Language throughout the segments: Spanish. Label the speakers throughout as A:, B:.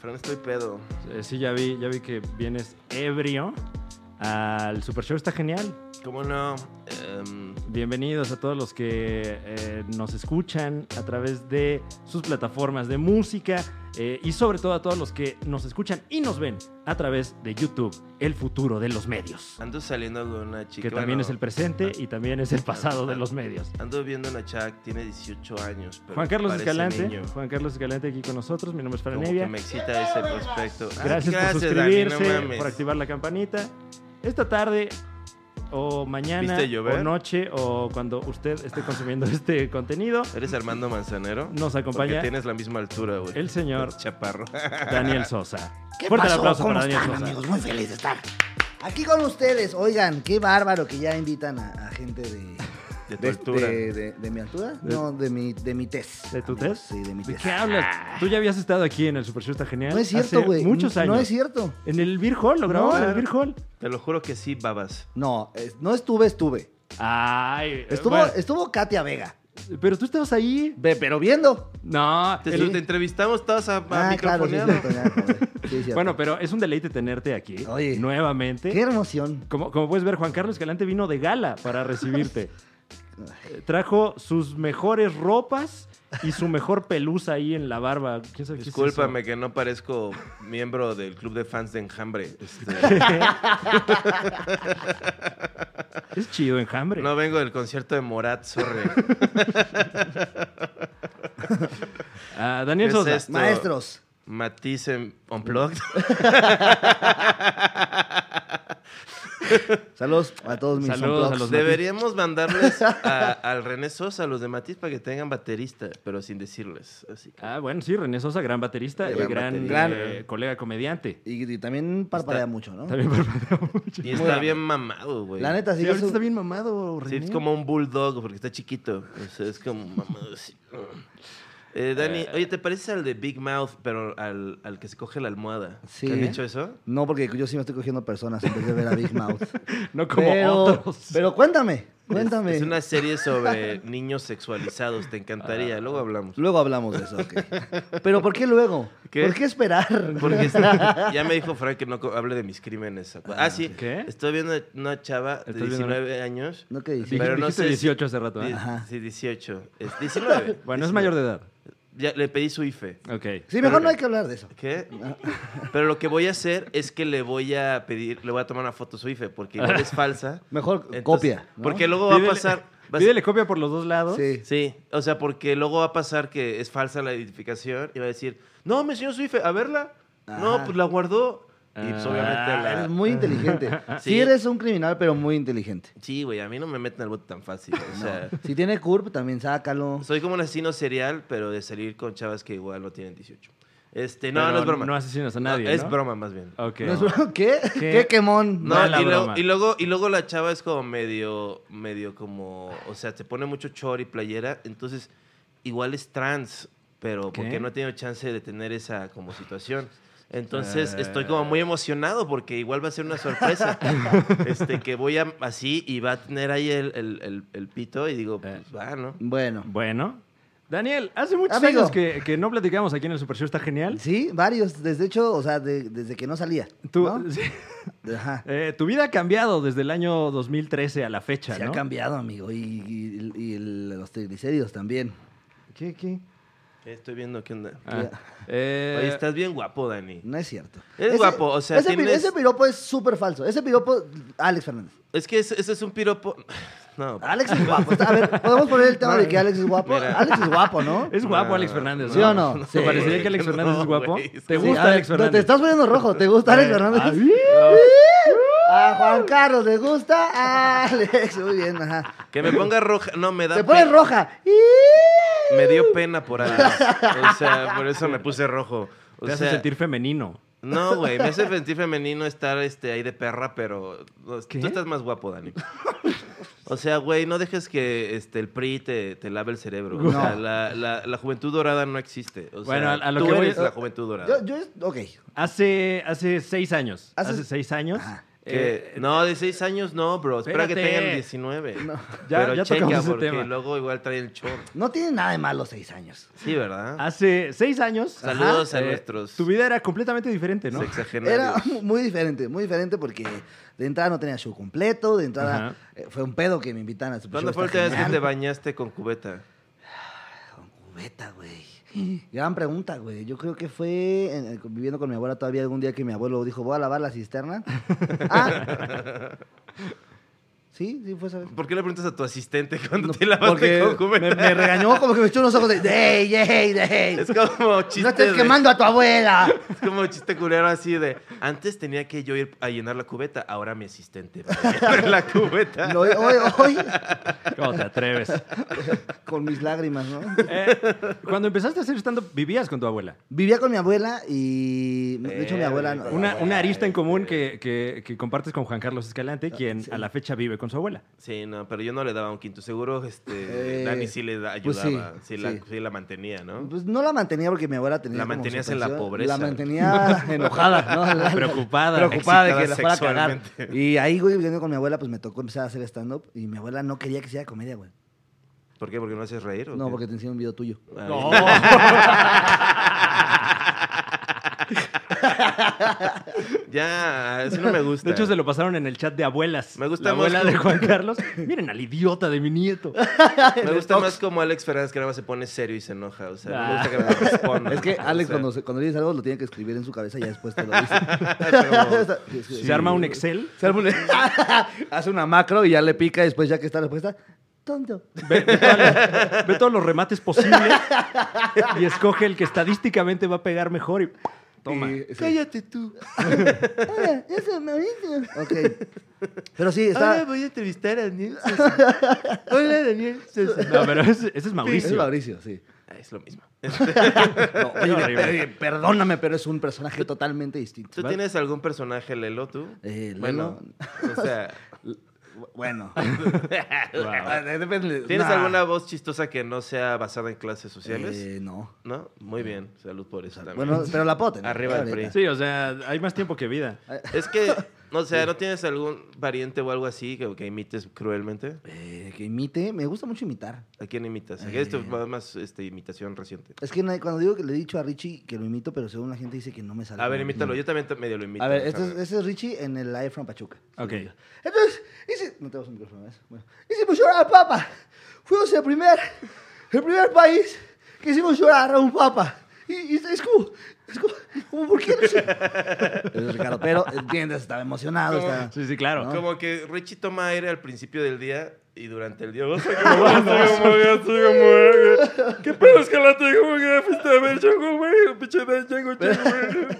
A: Fran, estoy pedo.
B: Eh, Sí, ya vi, ya vi que vienes ebrio al Super Show, está genial.
A: ¿Cómo no? Em,
B: Bienvenidos a todos los que eh, nos escuchan a través de sus plataformas de música eh, y sobre todo a todos los que nos escuchan y nos ven a través de YouTube, el futuro de los medios,
A: ando saliendo con una chica.
B: que también
A: bueno,
B: es el presente y también es el pasado de los medios.
A: Ando viendo una chac, tiene 18 años. pero
B: Juan Carlos
A: parece
B: Escalante,
A: niño.
B: Juan Carlos Escalante aquí con nosotros, mi nombre es Fran
A: Como
B: Evia.
A: que me excita ese prospecto. Ah,
B: Gracias, por
A: Dani, no
B: suscribirse,
A: mames.
B: por activar la campanita. Esta tarde o mañana
A: ¿Viste llover?
B: o noche o cuando usted esté consumiendo este contenido,
A: ¿Eres Armando Manzanero?
B: nos
A: Porque
B: acompaña
A: tienes la misma altura, güey.
B: el señor
A: Chaparro.
B: Daniel Sosa.
C: ¿Qué
B: Fuerte el
C: pasó?
B: aplauso
C: ¿Cómo
B: para Daniel
C: están,
B: Sosa.
C: amigos? Muy feliz de estar aquí con ustedes. Oigan, qué bárbaro que ya invitan a, a gente de...
A: De tu
C: De, este-
A: altura.
C: de- de- de mi altura?
B: De-
C: no, de mi, de mi test.
B: ¿De tu
C: amigos.
B: test?
C: Ah, Sí, de mi
B: ¿De
C: test. Ah.
B: qué hablas? Tú ya habías estado aquí en el Super Show, está genial.
C: No es
B: hace
C: cierto, güey.
B: Muchos años.
C: No es cierto.
B: En el Beer Hall, lo grabamos
C: No.
B: en el Beer Hall.
A: Te lo juro que sí, babas.
C: No, es- no estuve, estuve.
B: Ay,
C: Estuvo,
B: Eh, bueno,
C: estuvo Katia Vega.
B: pero tú estabas ahí.
C: Ve, pero viendo.
B: No,
A: Te,
B: el-
A: te entrevistamos, estabas a, a
C: Ah, claro, sí, es
A: microfoneado.
C: cierto, ya, joder. Sí, es cierto.
B: Bueno, pero es un deleite tenerte aquí.
C: Oye.
B: Nuevamente.
C: Qué emoción.
B: Como, como puedes ver, Juan Carlos Escalante vino de gala para recibirte. Eh, Trajo sus mejores ropas y su mejor pelusa ahí en la barba. ¿Quién sabe qué es eso?
A: Discúlpame que no parezco miembro del club de fans de Enjambre. Este,
B: Es chido, enjambre.
A: no vengo del concierto de Morat, sorry.
B: Ah, Daniel
A: ¿Qué es
B: Sosa.
A: esto?
C: Maestros.
A: Matisse
C: Pues
A: Unplugged.
C: Saludos a todos mis
B: Saludos
C: unplugs.
B: a los-
A: Deberíamos mandarles a- al René Sosa, a los de Matiz, para que tengan baterista, pero sin decirles. Así que-
B: Ah, bueno, sí, René Sosa, gran baterista y
A: Gran
B: gran,
A: baterista.
B: eh, colega comediante.
C: Y, y también parpadea mucho, ¿no?
B: También parpadea mucho.
A: Y está bien mamado, güey.
C: La neta,
B: Sí,
C: sí,
B: ahorita
C: eso-
B: está bien mamado,
A: Sí,
B: René.
A: es como un bulldog, porque está chiquito. O sea, es como mamado así. Eh, Dani, oye, ¿te pareces al de Big Mouth, pero al, al que se coge la almohada?
C: Sí.
A: ¿Te han dicho eso?
C: No, porque yo sí me estoy cogiendo personas en vez de ver a Big Mouth.
B: No como
C: pero,
B: otros.
C: pero cuéntame, cuéntame.
A: Es, es una serie sobre niños sexualizados, te
C: Ah.
A: encantaría. Luego hablamos.
C: Luego hablamos de eso, ok. Pero ¿por qué luego?
A: ¿Qué?
C: ¿Por qué esperar?
A: Porque es- ya me dijo Frank que no co- hable de mis crímenes. Ah, sí.
B: ¿Qué?
A: Estoy viendo una chava de
B: Estás viendo una-
A: 19 años.
C: ¿No qué dices?
B: Dij-
A: Pero no
B: dijiste
A: sé si-
B: 18 hace rato, ¿eh?
A: Di-
C: Ajá.
A: Sí, 18. Es 19.
B: Bueno, es mayor de edad.
A: Ya le pedí su IFE.
B: Ok.
C: Sí, mejor no hay que hablar de eso.
A: ¿Qué? Pero lo que voy a hacer es que le voy a pedir, le voy a tomar una foto a su IFE, porque igual es falsa.
C: Mejor
A: Entonces,
C: copia. ¿no?
A: Porque luego va a
B: Pídele-
A: pasar. va a-
B: Pídele copia por los dos lados.
C: Sí.
A: Sí, o sea, porque luego va a pasar que es falsa la identificación y va a decir, no, me enseñó su IFE, a verla. No,
C: Ajá.
A: pues la guardó. Y pues
B: Ah,
A: obviamente la.
C: Eres muy inteligente.
A: Sí.
C: Sí. eres un criminal, pero muy inteligente.
A: Sí, güey, a mí no me meten al bote tan fácil. O sea,
C: Si tiene curb, también sácalo.
A: soy como un asesino serial, pero de salir con chavas que igual no tienen 18. Este, no,
B: Pero
A: no es broma.
B: no asesinas a nadie,
A: es
B: ¿no?
A: broma, más bien.
B: Ok.
C: ¿No es broma? ¿Qué? ¿Qué? quemón?
A: No,
B: Mala
A: y, luego-
B: broma.
A: y luego, y luego la chava es como medio, medio como, o sea, te pone mucho chor y playera, entonces igual es trans, pero
B: ¿Qué?
A: porque no he tenido chance de tener esa como situación.
B: Ah.
A: Entonces estoy como muy emocionado porque igual va a ser una sorpresa. este, que voy a, así y va a tener ahí el, el- el- el pito y digo,
B: Eh.
A: pues va, ¿no?
C: Bueno.
B: Bueno. Daniel, hace muchos
C: Amigo.
B: años que, que no platicamos aquí en el Super Show, está genial.
C: Sí, varios. Desde hecho, o sea, de- desde que no salía.
B: Tu,
C: ¿no?
B: sí.
C: Ajá.
B: Eh, tu vida ha cambiado desde el año 2013 a la fecha,
C: Se
B: ¿no?
C: ha cambiado, amigo. Y, y- y el- los triglicéridos también.
B: ¿Qué, qué?
A: Estoy viendo qué onda.
B: Ah,
C: Ya.
B: eh,
A: Oye, estás bien guapo, Dani.
C: No es cierto.
A: Eres guapo, o sea,
C: ese, pi-
A: tienes-
C: ese piropo es súper falso. Ese piropo, Alex Fernández.
A: Es que ese, ese es un piropo. No,
B: Ah.
C: Alex es guapo. A ver, podemos poner el tema de que Alex es guapo.
A: Mira.
C: Alex es guapo, ¿no?
B: Es guapo Alex Fernández,
C: ¿Sí o no?
B: ¿Te
C: Sí.
B: parecería que Alex
A: No,
B: Fernández es guapo?
A: güey.
B: ¿Te
C: Sí,
B: gusta
C: a ver,
B: Alex
C: no,
B: Fernández?
C: Te estás poniendo rojo. ¿Te gusta
A: Eh,
C: Alex Fernández?
B: Ah, sí.
C: A Juan Carlos, ¿te gusta? Alex, muy bien, ajá.
A: Que me ponga roja. No, me da
C: Te pones
A: pe-
C: roja.
A: Me dio pena por algo. O sea, por eso me puse rojo. O
B: Te hace
A: sea,
B: sentir femenino.
A: No, güey, me hace sentir femenino estar este, ahí de perra, pero no,
B: ¿Qué?
A: tú estás más guapo, Dani. O sea, güey, no dejes que este, el PRI te, te lave el cerebro. O sea,
C: No.
A: la, la- la juventud dorada no existe. O sea,
B: Bueno, a- a lo
A: tú
B: que voy- eh,
A: eres la juventud dorada.
C: Yo, yo, ok.
B: Hace, hace seis años. Hace,
C: Hace-
B: seis años
C: Ajá.
A: Que-
B: Eh,
A: no, de seis años no, bro. Espera que
B: espérate.
A: tengan 19.
C: No.
B: Ya-
A: Pero
B: ya tocamos
A: checa,
B: ese
A: porque
B: tema.
A: luego igual trae el chorro.
C: No tiene nada de malo seis años.
A: Sí, ¿verdad?
B: Ah, Hace seis años.
A: Saludos a
B: eh,
A: nuestros
B: Tu vida era completamente diferente, ¿no?
A: sexagenarios.
C: Era muy diferente, muy diferente porque de entrada no tenía show completo, de entrada
B: Ajá.
C: eh, fue un pedo que me invitan a su
A: ¿Cuándo fue la última vez que te bañaste con cubeta?
C: Con cubeta, güey. Gran pregunta, güey. Yo creo que fue en- en- viviendo con mi abuela todavía algún día que mi abuelo dijo, voy a lavar la cisterna. ah. Sí, sí, fue esa vez.
A: ¿Por qué le preguntas a tu asistente cuando
C: No,
A: te lavaste
C: porque
A: con cubeta?
C: Me, me regañó como que me echó unos ojos de, ¡Ey, ey, ey!
A: Es como
C: ¡No
A: chiste.
C: estés
A: de-
C: quemando a tu abuela!
A: Es como chiste culero así de. Antes tenía que yo ir a llenar la cubeta, ahora mi asistente va a llenar la cubeta.
C: Lo- hoy, hoy,
B: ¿Cómo te atreves?
C: con mis lágrimas, ¿no?
B: Eh, cuando empezaste a hacer stand-up, vivías con tu abuela.
C: Vivía con mi abuela y. De hecho, mi abuela. este. no-
B: Una, una arista en común que, que- que compartes con Juan Carlos Escalante,
C: Ah,
B: quien a la fecha vive con su abuela.
A: Sí, no, pero yo no le daba un quinto. Seguro, este,
C: Eh,
A: Dani sí le da-
C: pues sí,
A: ayudaba, sí, la,
C: sí.
A: sí la mantenía, ¿no?
C: Pues no la mantenía porque mi abuela tenía.
A: La
C: como su
A: mantenías en la
C: pensión.
A: pobreza.
C: La mantenía enojada, Ah, ¿no? La-
B: Preocupada.
C: Preocupada de que la
A: Excitada
C: fuera a cagar.
A: sexualmente.
C: Y ahí, güey, viviendo con mi abuela, pues me tocó empezar a hacer stand-up. Y mi abuela no quería que hiciera comedia, güey.
A: ¿Por qué? ¿Porque no haces reír? o
C: No,
A: qué?
C: porque te enseñé un video tuyo.
A: Ah,
B: No.
A: Ya, eso no me gusta.
B: De hecho, se lo pasaron en el chat de abuelas.
A: Me gusta
B: la abuela
A: más-
B: de Juan Carlos. Miren al idiota de mi nieto.
A: me gusta más como Alex Fernández que nada más se pone serio y se enoja. O sea, no me gusta que me
B: Mm,
A: responda.
C: Es que
A: O
C: Alex,
A: sea,
C: cuando, se- cuando le dices algo, lo tiene que escribir en su cabeza y ya después te lo dice.
B: Se arma un Excel.
C: Se arma un- Ah, Hace una macro y ya le pica. Y después, ya que está la respuesta, tonto.
B: Ve, ve todas las- ve todos los remates posibles y escoge el que estadísticamente va a pegar mejor y toma.
C: Y- sí.
A: Cállate tú.
C: Hola, yo soy Mauricio. Ok. Pero sí,
A: Ahora
C: está.
B: pues,
A: voy a entrevistar a Daniel Sosa. Hola, Daniel Sosa.
B: No, pero ese, ese es
C: Es
B: Mauricio.
C: Mauricio, sí.
A: Ah, es lo mismo.
C: No, oye,
B: horrible.
C: oye, perdóname, pero es un personaje totalmente distinto.
A: ¿Tú tienes algún personaje, Lelo, tú?
C: Eh, Lelo.
A: Bueno, o sea,
C: Bueno. Eh,
B: Wow.
C: Depende.
A: ¿tienes
C: Nah.
A: alguna voz chistosa que no sea basada en clases sociales?
C: Eh, no.
A: ¿No? Muy bien, salud por eso también.
C: Bueno, pero la puedo tener.
A: Arriba el
C: ahorita.
A: PRI.
B: Sí, o sea, hay más tiempo que vida.
A: es que, o sea, ¿no tienes algún pariente o algo así que, que imites cruelmente?
C: Eh, que imite. Me gusta mucho imitar.
A: ¿A quién imitas? ¿Qué es tu
C: Eh.
A: más, más, este, imitación reciente?
C: Es que no hay- cuando digo que le he dicho a Richie que lo imito, pero según la gente dice que no me sale.
A: A ver, imítalo. Yo también te- medio lo imito.
C: mm. A ver, este es,
A: déjame
C: este es Richie en el Live from Pachuca.
B: Ok.
C: Entonces, hice... No tenemos un micrófono, ¿ves? Bueno. Hicimos llorar a papa. Fuimos el primer, el primer país que hicimos llorar a un papa. Y, y es como... Es como, como, ¿por qué no sé? Es Ricardo, pero, ¿entiendes? Estaba emocionado.
A: ¿Cómo?
C: estaba-
B: Sí, sí, claro.
A: ver. Como que Richie toma aire al principio del día y durante el día. ¿Qué pedo es que la tengo? ¿Qué fuiste a ver, chango, güey? Pinche ver, chango, chango,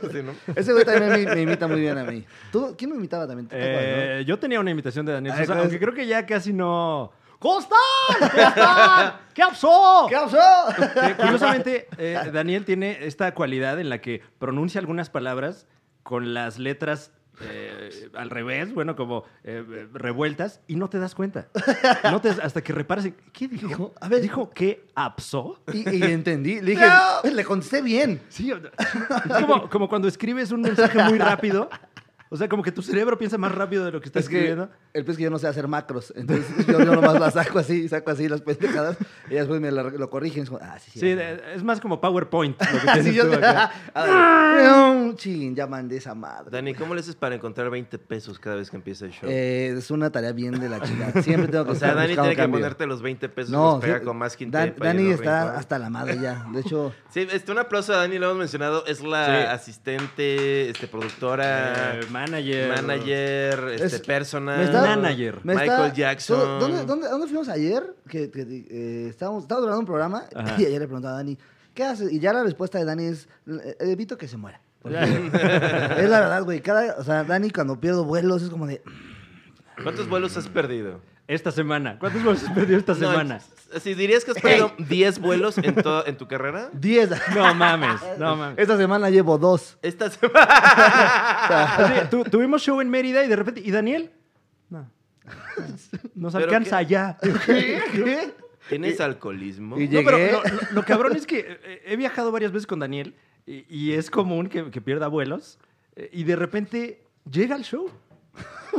A: güey. Sí, ¿no?
C: Ese güey también me, me imita muy bien a mí. ¿Tú, ¿Quién me imitaba también? ¿Te acuerdas, no?
B: Eh, yo tenía una imitación de Daniel
C: Ay,
B: Sosa,
C: ¿cuál es?
B: aunque creo que ya casi no. ¿Cómo están? ¿Cómo están? ¿Qué pasó?
C: ¿Qué pasó?
B: Eh, curiosamente, eh, Daniel tiene esta cualidad en la que pronuncia algunas palabras con las letras eh, al revés, bueno, como eh, eh, revueltas, y no te das cuenta. No te- hasta que reparas, en- ¿qué dijo? A ver, ¿dijo que absó?
C: Y, y entendí. Le dije, pues,
A: No.
C: le contesté bien.
B: Sí, o- es como, como cuando escribes un mensaje muy rápido. O sea, como que tu cerebro piensa más rápido de lo que estás
C: Es que
B: escribiendo.
C: el pez que yo no sé hacer macros. Entonces yo, yo nomás las saco así, saco así las pendejadas. Y después me la- lo corrigen. Es como, ah, sí, sí.
B: Sí, de- es más como PowerPoint lo que
C: Así
B: tienes
C: yo.
B: tú acá.
C: A ver. Chin, ya mandé esa madre.
A: Dani, ¿cómo le haces para encontrar 20 pesos cada vez que empieza el show?
C: Eh, es una tarea bien de la chica. Siempre tengo que
A: o sea,
C: estar
A: Dani
C: buscando
A: tiene que
C: cambio.
A: ponerte los 20 pesos
C: No,
A: los pega
C: sí,
A: con más quintero.
C: Dan- Dani está hasta la madre ya. De hecho,
A: Sí, este, un aplauso a Dani, lo hemos mencionado. Es la
B: Sí.
A: asistente, este, productora,
B: Eh, manager.
A: manager, este,
C: Es-
A: personal.
C: me está-
B: Manager.
C: me
A: Michael
C: está-
A: Jackson.
C: ¿Dó- ¿Dónde, dónde, dónde fuimos ayer? Que, que, eh, estábamos, estábamos grabando un programa
B: Ajá.
C: y ayer le preguntaba a Dani, ¿qué haces? Y ya la respuesta de Dani es, "Eh, evito que se muera. Porque es la verdad, güey. Cada, o sea, Dani cuando pierdo vuelos es como de,
A: ¿Cuántos vuelos has perdido?
B: Esta semana. ¿Cuántos goles has perdido esta
A: No,
B: semana?
A: Si dirías que has perdido 10 vuelos en, to- en tu carrera,
C: 10.
B: No mames, no mames.
C: Esta semana llevo dos.
A: esta semana.
B: Así, Ah, tu- tuvimos show en Mérida y de repente, ¿y Daniel? No. Nos
A: ¿Pero
B: alcanza
A: qué?
B: allá.
C: ¿Qué?
A: ¿Tienes alcoholismo?
C: y-
B: No, pero
C: Llegué.
B: lo, lo- lo cabrón es que eh, he viajado varias veces con Daniel y, y es común que, que pierda vuelos eh, y de repente llega al show.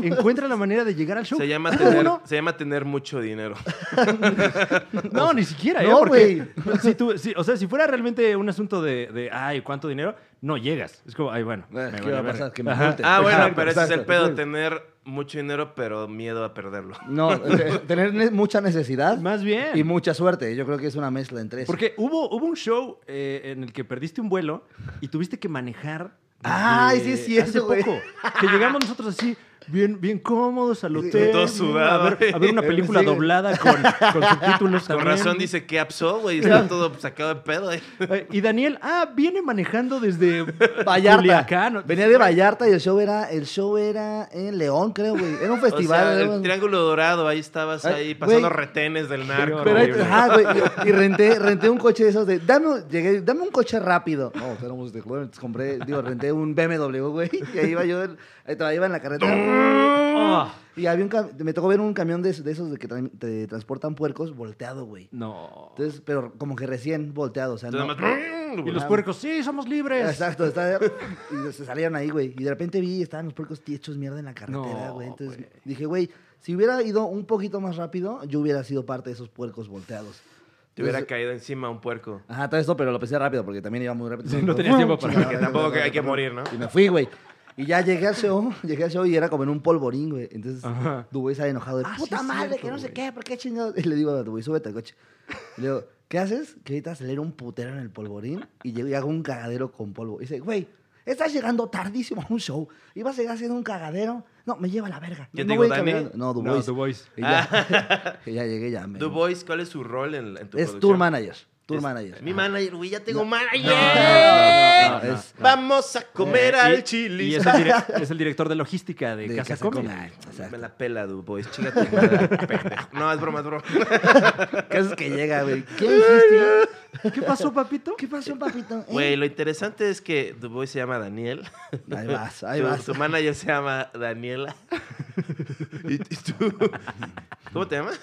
B: encuentra la manera de llegar al show. Ah,
A: Se llama,
B: Uno,
A: tener, se llama tener mucho dinero.
B: No, ni siquiera, ¿eh?
C: No,
B: Porque si tú, si- o sea, si fuera realmente un asunto de, de, ay, ¿cuánto dinero? No llegas. Es como, ay, bueno. me
C: Eh, ¿Qué
B: vale
C: va a
B: verga.
C: pasar? Que me
B: Ajá.
C: multen.
A: Ah, bueno,
C: Exacto,
A: pero ese es el
C: exacto.
A: pedo, tener mucho dinero, pero miedo a perderlo.
C: No, te- tener ne- mucha necesidad
B: Más bien.
C: y mucha suerte. Yo creo que es una mezcla entre eso.
B: Porque hubo, hubo un show eh, en el que perdiste un vuelo y tuviste que manejar. desde
C: Ay, sí es cierto,
B: hace
C: güey.
B: poco. Que llegamos nosotros así, bien, bien cómodos al
C: Sí.
B: hotel.
A: Todo
B: bien,
A: sudado,
B: A ver, a ver una
C: güey.
B: película
C: Sí.
B: doblada con, con subtítulos
A: Con
B: también.
A: razón dice que absó, güey. Está todo sacado de pedo. eh.
B: Ay, Y Daniel, ah, viene manejando desde
C: Vallarta.
B: Culiacán.
C: Venía de Vallarta y el show era, el show era en León, creo, güey. Era un
A: O
C: festival.
A: sea,
C: era
A: el
C: un-
A: triángulo dorado, ahí estabas
C: Ay,
A: ahí pasando
C: güey.
A: retenes del narco.
C: Pero ahí-
B: horrible.
C: ajá, güey, y- y renté, renté un coche de esos de, dame un, llegué, dame un coche rápido. No, tenemos de bueno, entonces compré, digo, renté un BMW, güey, y ahí iba yo, ahí tra- iba en la carretera.
B: Ah,
A: Oh.
C: Y había un cam- me tocó ver un camión de, de esos de que tra- te transportan puercos volteado, güey.
B: no.
C: Entonces, pero como que recién volteado, o sea, no.
A: Entonces, nada más-
B: Y los puercos, sí, somos libres.
C: Exacto, está- y se salieron ahí, güey. Y de repente vi, estaban los puercos hechos mierda en la carretera,
B: No,
C: güey. Entonces
B: güey.
C: dije, güey, si hubiera ido un poquito más rápido, yo hubiera sido parte de esos puercos volteados.
A: Te hubiera
C: Entonces-
A: caído encima un puerco.
C: Ajá, todo esto, pero lo pensé rápido porque también iba muy rápido.
B: Sí, no tenías tiempo para-
C: Chingada,
A: Que tampoco que hay que morir, ¿no?
C: Y me fui, güey. Y ya llegué al show, llegué al show y era como en un polvorín, güey. Entonces,
B: Ajá.
C: Dubois sale enojado de
B: Ah, sí
C: puta
B: es
C: madre,
B: cierto,
C: que no sé
B: güey.
C: qué, ¿por qué chingados? Y le digo a Dubois, súbete al coche. Y le digo, ¿qué haces? Que ahorita acelero un putero en el polvorín y llego y hago un cagadero con polvo. Y dice, güey, estás llegando tardísimo a un show. Y vas a llegar haciendo un cagadero. No, me lleva a la verga.
A: ¿Quién
C: no
A: te
C: voy
A: dijo, Dani?
C: caminando. No,
B: No,
C: Eh, Dubois.
B: The Voice.
C: y, ya, y ya llegué, ya. Me...
A: Du Bois, ¿cuál es su rol en, en tu
C: es
A: producción?
C: tour manager. Tour
A: Es-
C: manager.
A: Mi manager, güey, ya tengo manager.
C: no, no, no, no. Es-
A: Vamos a comer
B: Eh,
A: al
B: y-
A: chili.
B: Y es el, dire- es el director de logística de,
C: De
B: Casa,
C: Casa
B: Comedy.
C: Comedy. Exacto.
A: Me la pela, Du Bois. Chingate, madre, pendejo. No, es broma, es broma.
C: ¿Qué haces que llega, güey? ¿Qué dijiste?
B: ¿Qué pasó, papito?
C: ¿Qué pasó, papito? ¿Eh?
A: Güey, lo interesante es que Du Bois se llama Daniel.
C: Ahí vas, ahí
A: tu,
C: vas.
A: tu manager se llama Daniela. y, y tú. ¿Cómo te llamas?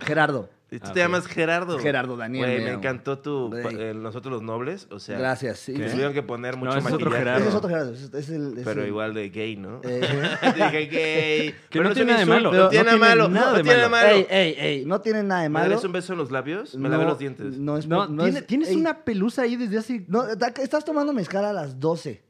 C: Gerardo.
A: Y tú
B: Ah,
A: te
B: ok.
A: llamas Gerardo.
C: Gerardo Daniel,
A: Güey,
C: me
A: me
C: llamo.
A: encantó tu.
C: Güey.
A: pa- eh, Nosotros los nobles. O sea.
C: Gracias. Sí,
A: Te
C: sí.
A: tuvieron que poner mucho
B: ese es otro
A: maquillaje.
B: Gerardo.
C: Ese es otro Gerardo. Es, es el, es
A: Pero
C: el-
A: igual de gay, ¿no?
C: Eh,
A: Dije gay. Pero
B: no
A: es
B: tiene
A: un
B: nada de
A: insulto, No
B: malo,
A: tiene nada malo. No tiene nada de malo.
C: ey, ey, ey, no tiene nada de
A: ¿Me
C: malo.
A: darías un beso en los labios? Me lavé los dientes.
C: No, es,
B: No,
C: no
B: tiene-
C: es-
B: tienes
C: ey,
B: una pelusa ahí desde hace...
C: No, da- estás tomando mezcal a las 12.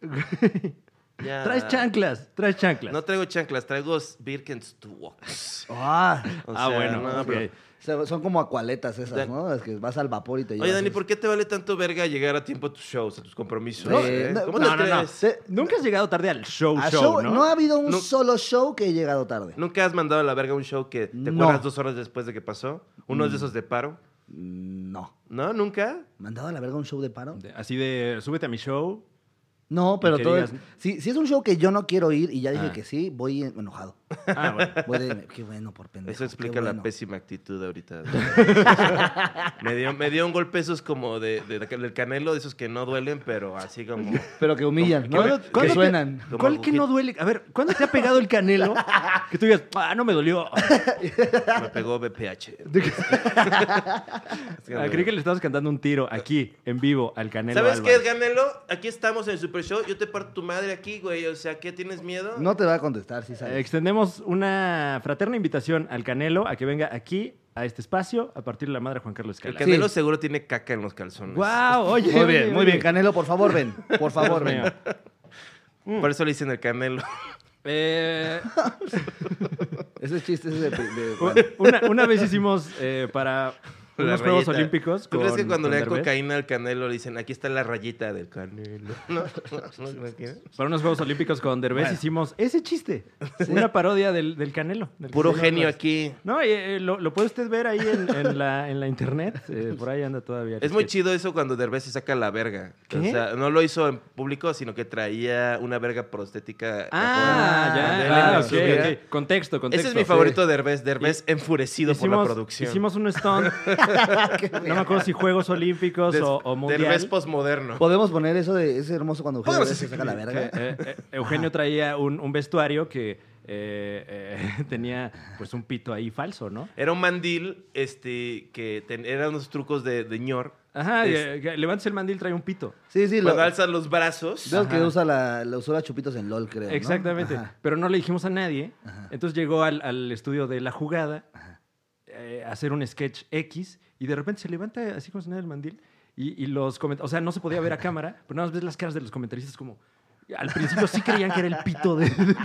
A: Ya.
B: Traes chanclas, traes chanclas.
A: Ah. No traigo chanclas, traigo Birkenstocks.
C: Ah,
A: O sea,
B: ah, bueno.
A: no,
B: ok.
A: pero-
C: o sea, son como acualetas esas,
A: Dan-
C: ¿no? Es que vas al vapor y te llevas.
A: Oye, Dani, ¿por qué te vale tanto verga llegar a tiempo a tus shows, a tus compromisos?
C: No,
A: eh?
C: no,
A: ¿Cómo
C: no,
A: te
C: no, no.
A: atreves?
C: Se-
B: Nunca has llegado tarde al show,
C: a
B: show,
C: Ah, show-
B: ¿no?
C: ha habido un
A: No.
C: solo show que he llegado tarde.
A: ¿Nunca has mandado a la verga un show que te
C: No.
A: acuerdas dos horas después de que pasó? ¿Uno
B: Mm.
A: de esos de paro?
C: No.
A: ¿No? ¿Nunca?
C: ¿Mandado a la verga un show de paro?
B: De- Así de, súbete a mi show.
C: No, pero
B: que
C: todo
B: digas-
C: es- si, si es un show que yo no quiero ir y ya dije
B: Ah.
C: que sí, voy enojado.
B: Ah, bueno.
C: Voy de, qué bueno por pendejo.
A: Eso
C: qué
A: explica la
C: bueno.
A: pésima actitud ahorita. de- me, dio, me dio un golpe esos como de, de- del canelo, de esos que no duelen, pero así como...
C: Pero que humillan,
A: Como-
C: ¿no?
A: ¿cuándo-
C: Que
A: cuándo
B: te-
C: suenan.
A: Como
B: ¿Cuál que
A: agujita.
B: no duele? A ver, ¿cuándo te ha pegado el canelo? que tú digas, ah, no me dolió. Ah,
A: Me pegó BPH.
B: Ah, creí que le estabas cantando un tiro aquí, en vivo, al canelo.
A: ¿Sabes qué,
B: Álvarez.
A: Canelo? Aquí estamos en el Super Show. Yo te parto tu madre aquí, güey. O sea, ¿qué? ¿Tienes miedo?
C: No te va a contestar, sí sabes.
B: Eh, Extendemos una fraterna invitación al Canelo a que venga aquí, a este espacio, a partir de la madre de Juan Carlos
A: El
B: Escala.
A: Canelo
C: Sí.
A: seguro tiene caca en los calzones.
B: ¡Guau! Oye,
C: Muy
B: oye,
C: bien, muy bien.
B: oye.
C: Canelo, por favor, ven. Por favor,
B: Dios
C: ven.
B: mío.
A: Por eso le dicen el Canelo.
B: Eh,
C: Ese chiste es de... de- bueno.
B: una, una vez hicimos eh, para
A: La
B: unos Juegos
A: rayita.
B: Olímpicos.
A: ¿Tú crees
B: con-
A: que cuando
B: con
A: le dan
B: Derbez,
A: cocaína al Canelo le dicen aquí está la rayita del Canelo? No, no, no, ¿qué?
B: Para unos Juegos Olímpicos con Derbez hicimos ese chiste. Una parodia del, del Canelo. del
A: Puro
B: señor
A: genio
B: Álvarez.
A: aquí.
B: No, y, eh, lo, lo puede usted ver ahí en, en la, en la internet. eh, por ahí anda todavía. el
A: Es muy
B: sketch.
A: chido eso cuando Derbez se saca la verga.
B: ¿Qué?
A: O sea, no lo hizo en público, sino que traía una verga prostética.
B: Ah,
C: Ah,
B: ya.
A: de él
B: Ah,
A: en
B: ok,
A: su vida.
B: ok. Contexto,
A: Ese
B: contexto.
A: es mi favorito de Derbez. Derbez enfurecido por la producción.
B: Hicimos un stunt. no me acuerdo si Juegos Olímpicos
A: Des-
B: o, o Mundial.
A: Derbez posmoderno.
C: Podemos poner eso de ese hermoso cuando Eugenio
A: Podemos
C: Derbez se saca la verga.
B: Que, eh, eh, Eugenio traía un, un vestuario que eh, eh, tenía pues un pito ahí falso, ¿no?
A: Era un mandil este, que ten- eran unos trucos de, de ñor
B: Ajá,
A: Es-
B: eh, que levantes el mandil, trae un pito.
C: Sí, sí, lo,
A: Cuando alzas los brazos.
C: veo que
B: Ajá.
C: usa la, la usó la chupitos en LOL, creo. ¿no?
B: Exactamente.
C: Ajá.
B: Pero no le dijimos a nadie.
C: Ajá.
B: Entonces llegó al, al estudio de la jugada eh, a hacer un sketch X y de repente se levanta así como si nada el mandil y, y los comentarios, o sea, no se podía ver a cámara, pero nada más ves las caras de los comentaristas como, al principio sí creían que era el pito de... de-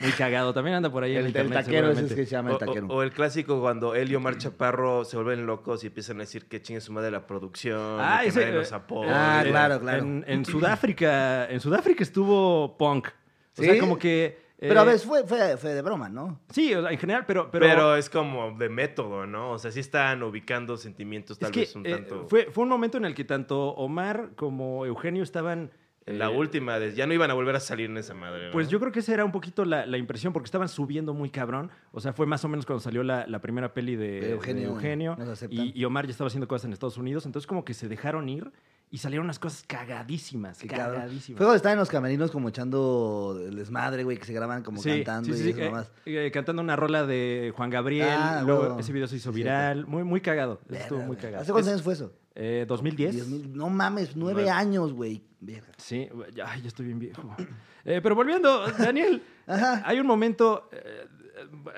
B: muy cagado, también anda por ahí en
C: El, el
B: internet
C: taquero ese es
B: seguramente.
C: que se llama
A: O,
C: el taquero.
A: o- o el clásico cuando él y Omar Chaparro se vuelven locos y empiezan a decir que chingue su madre la producción,
B: Ah,
A: y que
B: ese,
A: nadie los
B: eh,
A: apoya.
C: Ah, claro, claro.
B: En, en Sudáfrica, en Sudáfrica estuvo punk. O
C: ¿Sí?
B: sea, como que... eh,
C: Pero a ver, fue, fue, fue de broma, ¿no?
B: Sí, o sea, en general, pero...
A: Pero,
B: pero
A: es como de método, ¿no? O sea, sí están ubicando sentimientos tal
B: es que,
A: vez un
B: eh,
A: tanto...
B: fue, fue un momento en el que tanto Omar como Eugenio estaban...
A: en la
B: eh,
A: última, de- ya no iban a volver a salir en esa madre, ¿no?
B: Pues yo creo que esa era un poquito la, la impresión, porque estaban subiendo muy cabrón. O sea, fue más o menos cuando salió la, la primera peli de,
C: De Eugenio,
B: de Eugenio,
C: nos aceptan.
B: y, y Omar ya estaba haciendo cosas en Estados Unidos. Entonces, como que se dejaron ir y salieron unas cosas cagadísimas.
C: Qué cabrón.
B: cagadísimas.
C: Fue cuando estaban en los camerinos como echando el desmadre, güey, que se graban como
B: Sí, sí,
C: cantando
B: sí,
C: y
B: sí,
C: eso
B: eh,
C: nomás.
B: eh, cantando una rola de Juan Gabriel.
C: Ah,
B: luego
C: huevo.
B: ese video se hizo
C: Cierto.
B: viral. Muy, muy cagado. Eso estuvo
C: Verga,
B: muy
C: güey.
B: cagado.
C: ¿Hace cuántos
B: Es,
C: años fue eso?
B: eh, 2010.
C: Diez mil- No mames, nueve
A: Nueve.
C: años, güey. Verga.
B: Sí, güey, ya ay, ya estoy bien viejo. Eh, pero volviendo, Daniel,
C: Ajá.
B: hay un momento, eh, eh,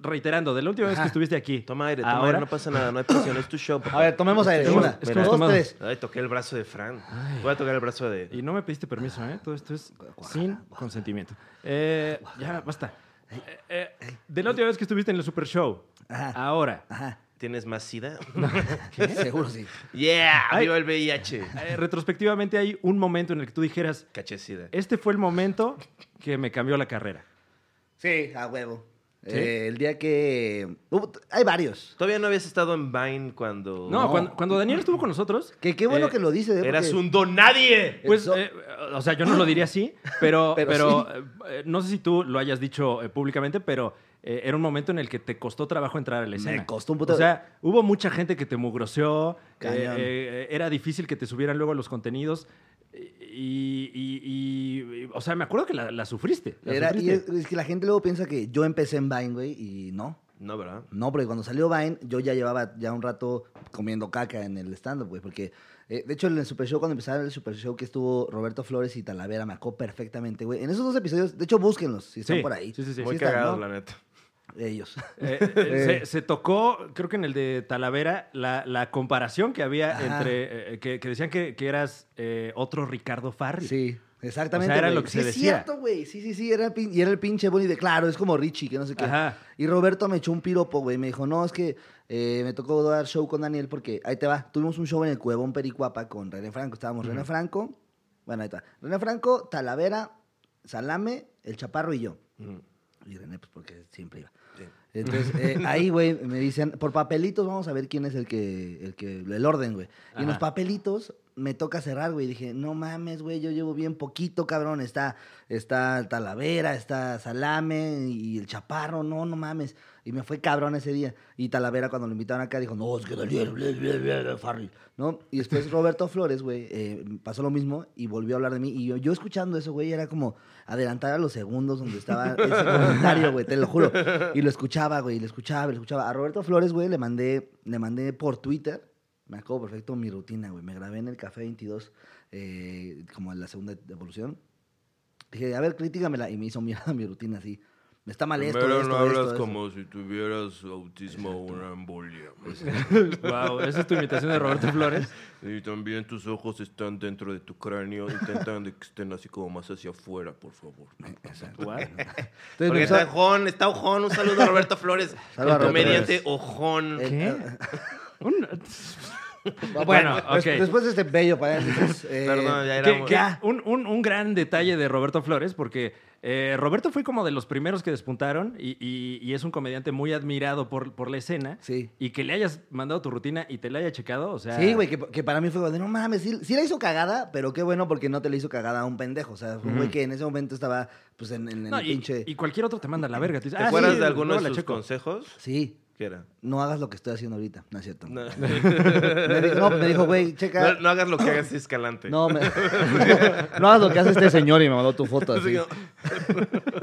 B: reiterando, de la última vez que estuviste aquí.
A: Toma aire, toma aire,
B: ahora-
A: no pasa nada, no hay presión, es tu show. papá.
C: A ver, tomemos aire.
B: Hemos-
C: Una,
B: es que hemos
C: dos,
B: tomado.
C: tres.
A: Ay, toqué el brazo de Fran. Voy a tocar el brazo de...
B: Y no me pediste permiso, ¿eh? Todo esto es sin consentimiento. Eh, ya, basta. Eh, eh, de la última vez que estuviste en el Super Show,
C: Ajá.
B: ahora,
C: Ajá.
A: ¿Tienes más sida?
C: Seguro sí.
A: ¡Yeah!
B: Ay.
A: ¡Viva el VIH!
B: eh, retrospectivamente hay un momento en el que tú dijeras,
A: Caché sida.
B: este fue el momento que me cambió la carrera.
C: Sí, a huevo.
B: ¿Sí?
C: Eh, el día que. hubo- hay varios.
A: Todavía no habías estado en Vine cuando...
B: No, pues,
C: No.
B: Cuando, cuando Daniel estuvo con nosotros...
C: Que qué bueno
B: eh,
C: que lo dices. ¿eh?
A: Eras
C: porque-
A: un don nadie.
B: Pues,
C: Eso-
B: eh, o sea, yo no lo diría así, pero,
C: Pero
B: pero, eh, no sé si tú lo hayas dicho eh, públicamente, pero eh, era un momento en el que te costó trabajo entrar a la escena.
C: costó un puto-
B: O sea, hubo mucha gente que te mugroseó, eh,
C: Cañón.
B: eh, era difícil que te subieran luego a los contenidos. Y, y- y- y- o sea, me acuerdo que la, la sufriste. la
C: Era- y
B: sufriste.
C: es, es que la gente luego piensa que yo empecé en Vine, güey, y no.
A: No, ¿verdad?
C: No, porque cuando salió Vine, yo ya llevaba ya un rato comiendo caca en el stand-up, güey. Porque, eh, de hecho, en el Super Show, cuando empezaron el Super Show que estuvo Roberto Flores y Talavera, me acó perfectamente, güey. En esos dos episodios, de hecho, búsquenlos si están
B: Sí,
C: por ahí.
B: sí, sí, sí.
A: Muy
C: están,
A: cagado,
C: ¿no?
A: la neta.
C: Ellos.
B: Eh, eh, se, se tocó, creo que en el de Talavera, la, la comparación que había
C: Ajá.
B: entre. eh, que, que decían que, que eras eh, otro Ricardo Farri.
C: Sí, exactamente.
B: O sea, era
C: güey.
B: lo que
C: sí,
B: se
C: es
B: decía.
C: cierto, güey. Sí, sí, sí. Era el pin- y era el pinche Bonnie de claro, es como Richie, que no sé qué.
B: Ajá.
C: Y Roberto me echó un piropo, güey. Me dijo, no, es que eh, me tocó dar show con Daniel porque ahí te va. Tuvimos un show en el Cuevón Pericuapa con René Franco. Estábamos René Franco. Bueno, ahí está. René Franco, Talavera, Salame, el Chaparro y yo. Y René, pues porque siempre iba. Entonces, eh, ahí, güey, me dicen, por papelitos vamos a ver quién es el que, el que, el orden, güey. Y en los
B: Ajá.
C: papelitos me toca cerrar, güey. Dije, no mames, güey, yo llevo bien poquito, cabrón. Está, está Talavera, está Salame y el Chaparro, no, no mames. Y me fue cabrón ese día. Y Talavera, cuando lo invitaron acá, dijo, no, es que Daniel, ble, ble, ble, ble, Farrell", ¿no? Y después Roberto Flores, güey, eh, pasó lo mismo y volvió a hablar de mí. Y yo, yo escuchando eso, güey, era como adelantar a los segundos donde estaba ese comentario, güey, te lo juro. Y lo escuchaba, güey, y lo escuchaba, y lo escuchaba. A Roberto Flores, güey, le mandé, le mandé por Twitter, me acuerdo perfecto mi rutina, güey. Me grabé en el Café 22, eh, como en la segunda evolución. Dije, a ver, críticamela. Y me hizo mierda mi rutina así. Me está mal esto,
A: Primero
C: esto,
A: no
C: esto,
A: hablas
C: esto.
A: como si tuvieras autismo o una embolia.
B: wow, esa es tu imitación de Roberto Flores.
A: Y también tus ojos están dentro de tu cráneo. Intentan de que estén así como más hacia afuera, por favor.
C: Exacto.
B: Wow.
C: Entonces me
A: Porque
C: empezó-
A: está ojón, está ojón. Un saludo a Roberto Flores,
C: Saludo a
A: el
C: Roberto
A: comediante
B: Flores.
A: ojón.
C: Eh,
B: ¿Qué? Un-
C: Bueno,
B: Bueno,
C: pues,
B: ok.
C: después de este bello paréntesis. eh,
A: Perdón, ya
B: que-
A: era...
B: que
C: Ah,
B: un, un- un gran detalle de Roberto Flores, porque eh, Roberto fue como de los primeros que despuntaron y, y- y es un comediante muy admirado por, por la escena.
C: Sí.
B: Y que le hayas mandado tu rutina y te la haya checado, o sea.
C: Sí, güey, que, que para mí fue como de, no mames, sí, sí la hizo cagada, pero qué bueno porque no te la hizo cagada a un pendejo. O sea, fue un güey que en ese momento estaba, pues, en, en
B: No,
C: el
B: y,
C: pinche...
B: y cualquier otro te manda a la verga. Te, dice,
A: ¿Te
B: "Ah,
A: acuerdas
B: sí,
A: de algunos
B: luego
A: de
B: la
A: sus
B: checo".
A: consejos?
C: Sí.
A: Que ¿Qué era?
C: No hagas lo que estoy haciendo ahorita. No es cierto.
A: No,
C: Me dijo, no, me dijo, güey, checa.
A: No- no hagas lo que hagas escalante.
C: No, me- no hagas lo que hace este señor y me mandó tu foto
A: Entonces,
C: así.
A: yo-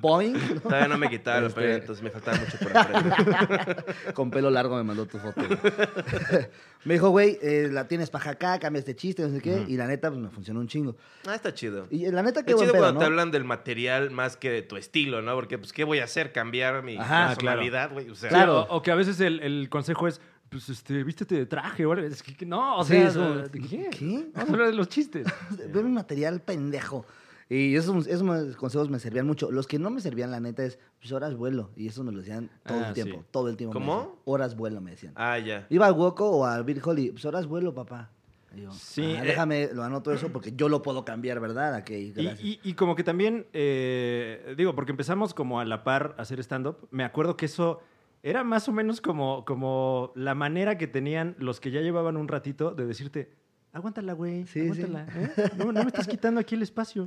C: Boing.
A: Todavía no me quitaba la
C: Este-
A: pena, entonces me faltaba mucho por aprender.
C: Con pelo largo me mandó tu foto. güey. me dijo, güey, eh, la tienes para acá, cambias de este chiste, no sé qué. Y la neta, pues me funcionó un chingo.
A: Ah, está chido.
C: Y eh, la neta, qué
A: es
C: buen
A: chido
C: pedo,
A: cuando
C: ¿no?
A: te hablan del material más que de tu estilo, ¿no? Porque, pues, ¿qué voy a hacer? ¿Cambiar mi
C: Ajá,
A: personalidad, güey? O sea,
C: Claro.
B: Claro, o que a veces el, el consejo es, pues, este, vístete de traje, o algo. Es que- que no, o
C: Sí,
B: sea,
C: es como,
B: ¿de ¿qué?
C: ¿qué?
B: Vamos a hablar de los chistes.
C: Ve mi material pendejo. Y esos, esos consejos me servían mucho. Los que no me servían, la neta, es pues, horas vuelo. Y eso me lo decían todo
B: Ah,
C: el tiempo.
B: sí.
C: Todo el tiempo. me
A: ¿Cómo?
C: decían. Horas vuelo, me decían.
A: Ah, ya.
C: Iba al Woco o al Beer Hall y pues horas vuelo, papá. Y yo,
B: Sí,
C: "Ah,
B: eh.
C: déjame, lo anoto eso porque yo lo puedo cambiar, ¿verdad? Ok,
B: Y,
C: gracias.
B: y- y como que también, eh, digo, porque empezamos como a la par a hacer stand-up, me acuerdo que eso era más o menos como, como la manera que tenían los que ya llevaban un ratito de decirte, aguántala, güey,
C: Sí, sí.
B: aguántala. ¿eh? No, no me estás quitando aquí el espacio.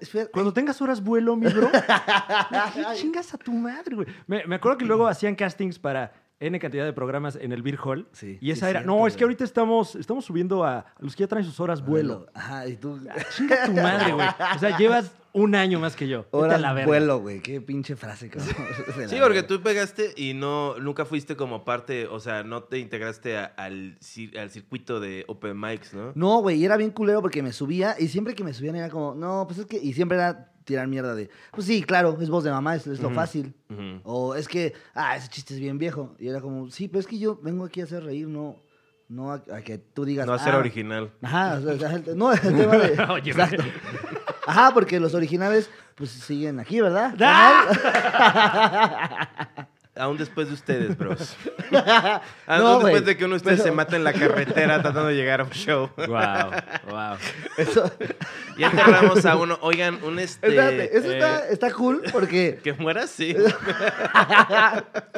C: Espera,
A: Ah,
B: Cuando tengas horas vuelo, mi bro, ¿qué chingas a tu madre, güey? Me, me acuerdo que luego hacían castings para N cantidad de programas en el Beer Hall.
C: Sí,
B: y esa
C: sí,
B: era,
C: cierto,
B: no, es que
C: güey.
B: ahorita estamos, estamos subiendo a los que ya traen sus horas vuelo.
C: Ajá, y tú.
B: Chinga tu madre, güey. O sea, llevas un año más que yo. Vete a la
C: Horas
B: verga.
C: vuelo, güey. Qué pinche frase, cabrón. Es de la
A: Sí, porque
C: verga.
A: tú pegaste y no nunca fuiste como parte, o sea, no te integraste a- al, cir- al circuito de open mics, ¿no?
C: No, güey, y era bien culero porque me subía y siempre que me subían era como, no, pues es que. Y siempre era tirar mierda de, pues sí, claro, es voz de mamá, es, es lo fácil.
A: Ujú.
C: O es que, ah, ese chiste es bien viejo. Y era como, sí, pero es que yo vengo aquí a hacer reír, no, no a, a que tú digas.
A: No a ser
C: "Ah,
A: original.
C: Ajá, o sea, o sea, el- no, el tema de.
B: Oye,
C: exacto. Ajá, porque los originales, pues siguen aquí, ¿verdad?
A: Ah,
B: ¡Ah!
A: Aún después de ustedes, bros.
C: Ah,
A: Aún después
C: güey,
A: de que uno de ustedes
C: pero
A: se mata en la carretera tratando de llegar a un show.
B: Guau, guau.
C: eso-
A: Ya enterramos a uno. Oigan, un este...
C: espérate, eso
B: eh,
C: está, está cool porque.
A: Que muera, sí.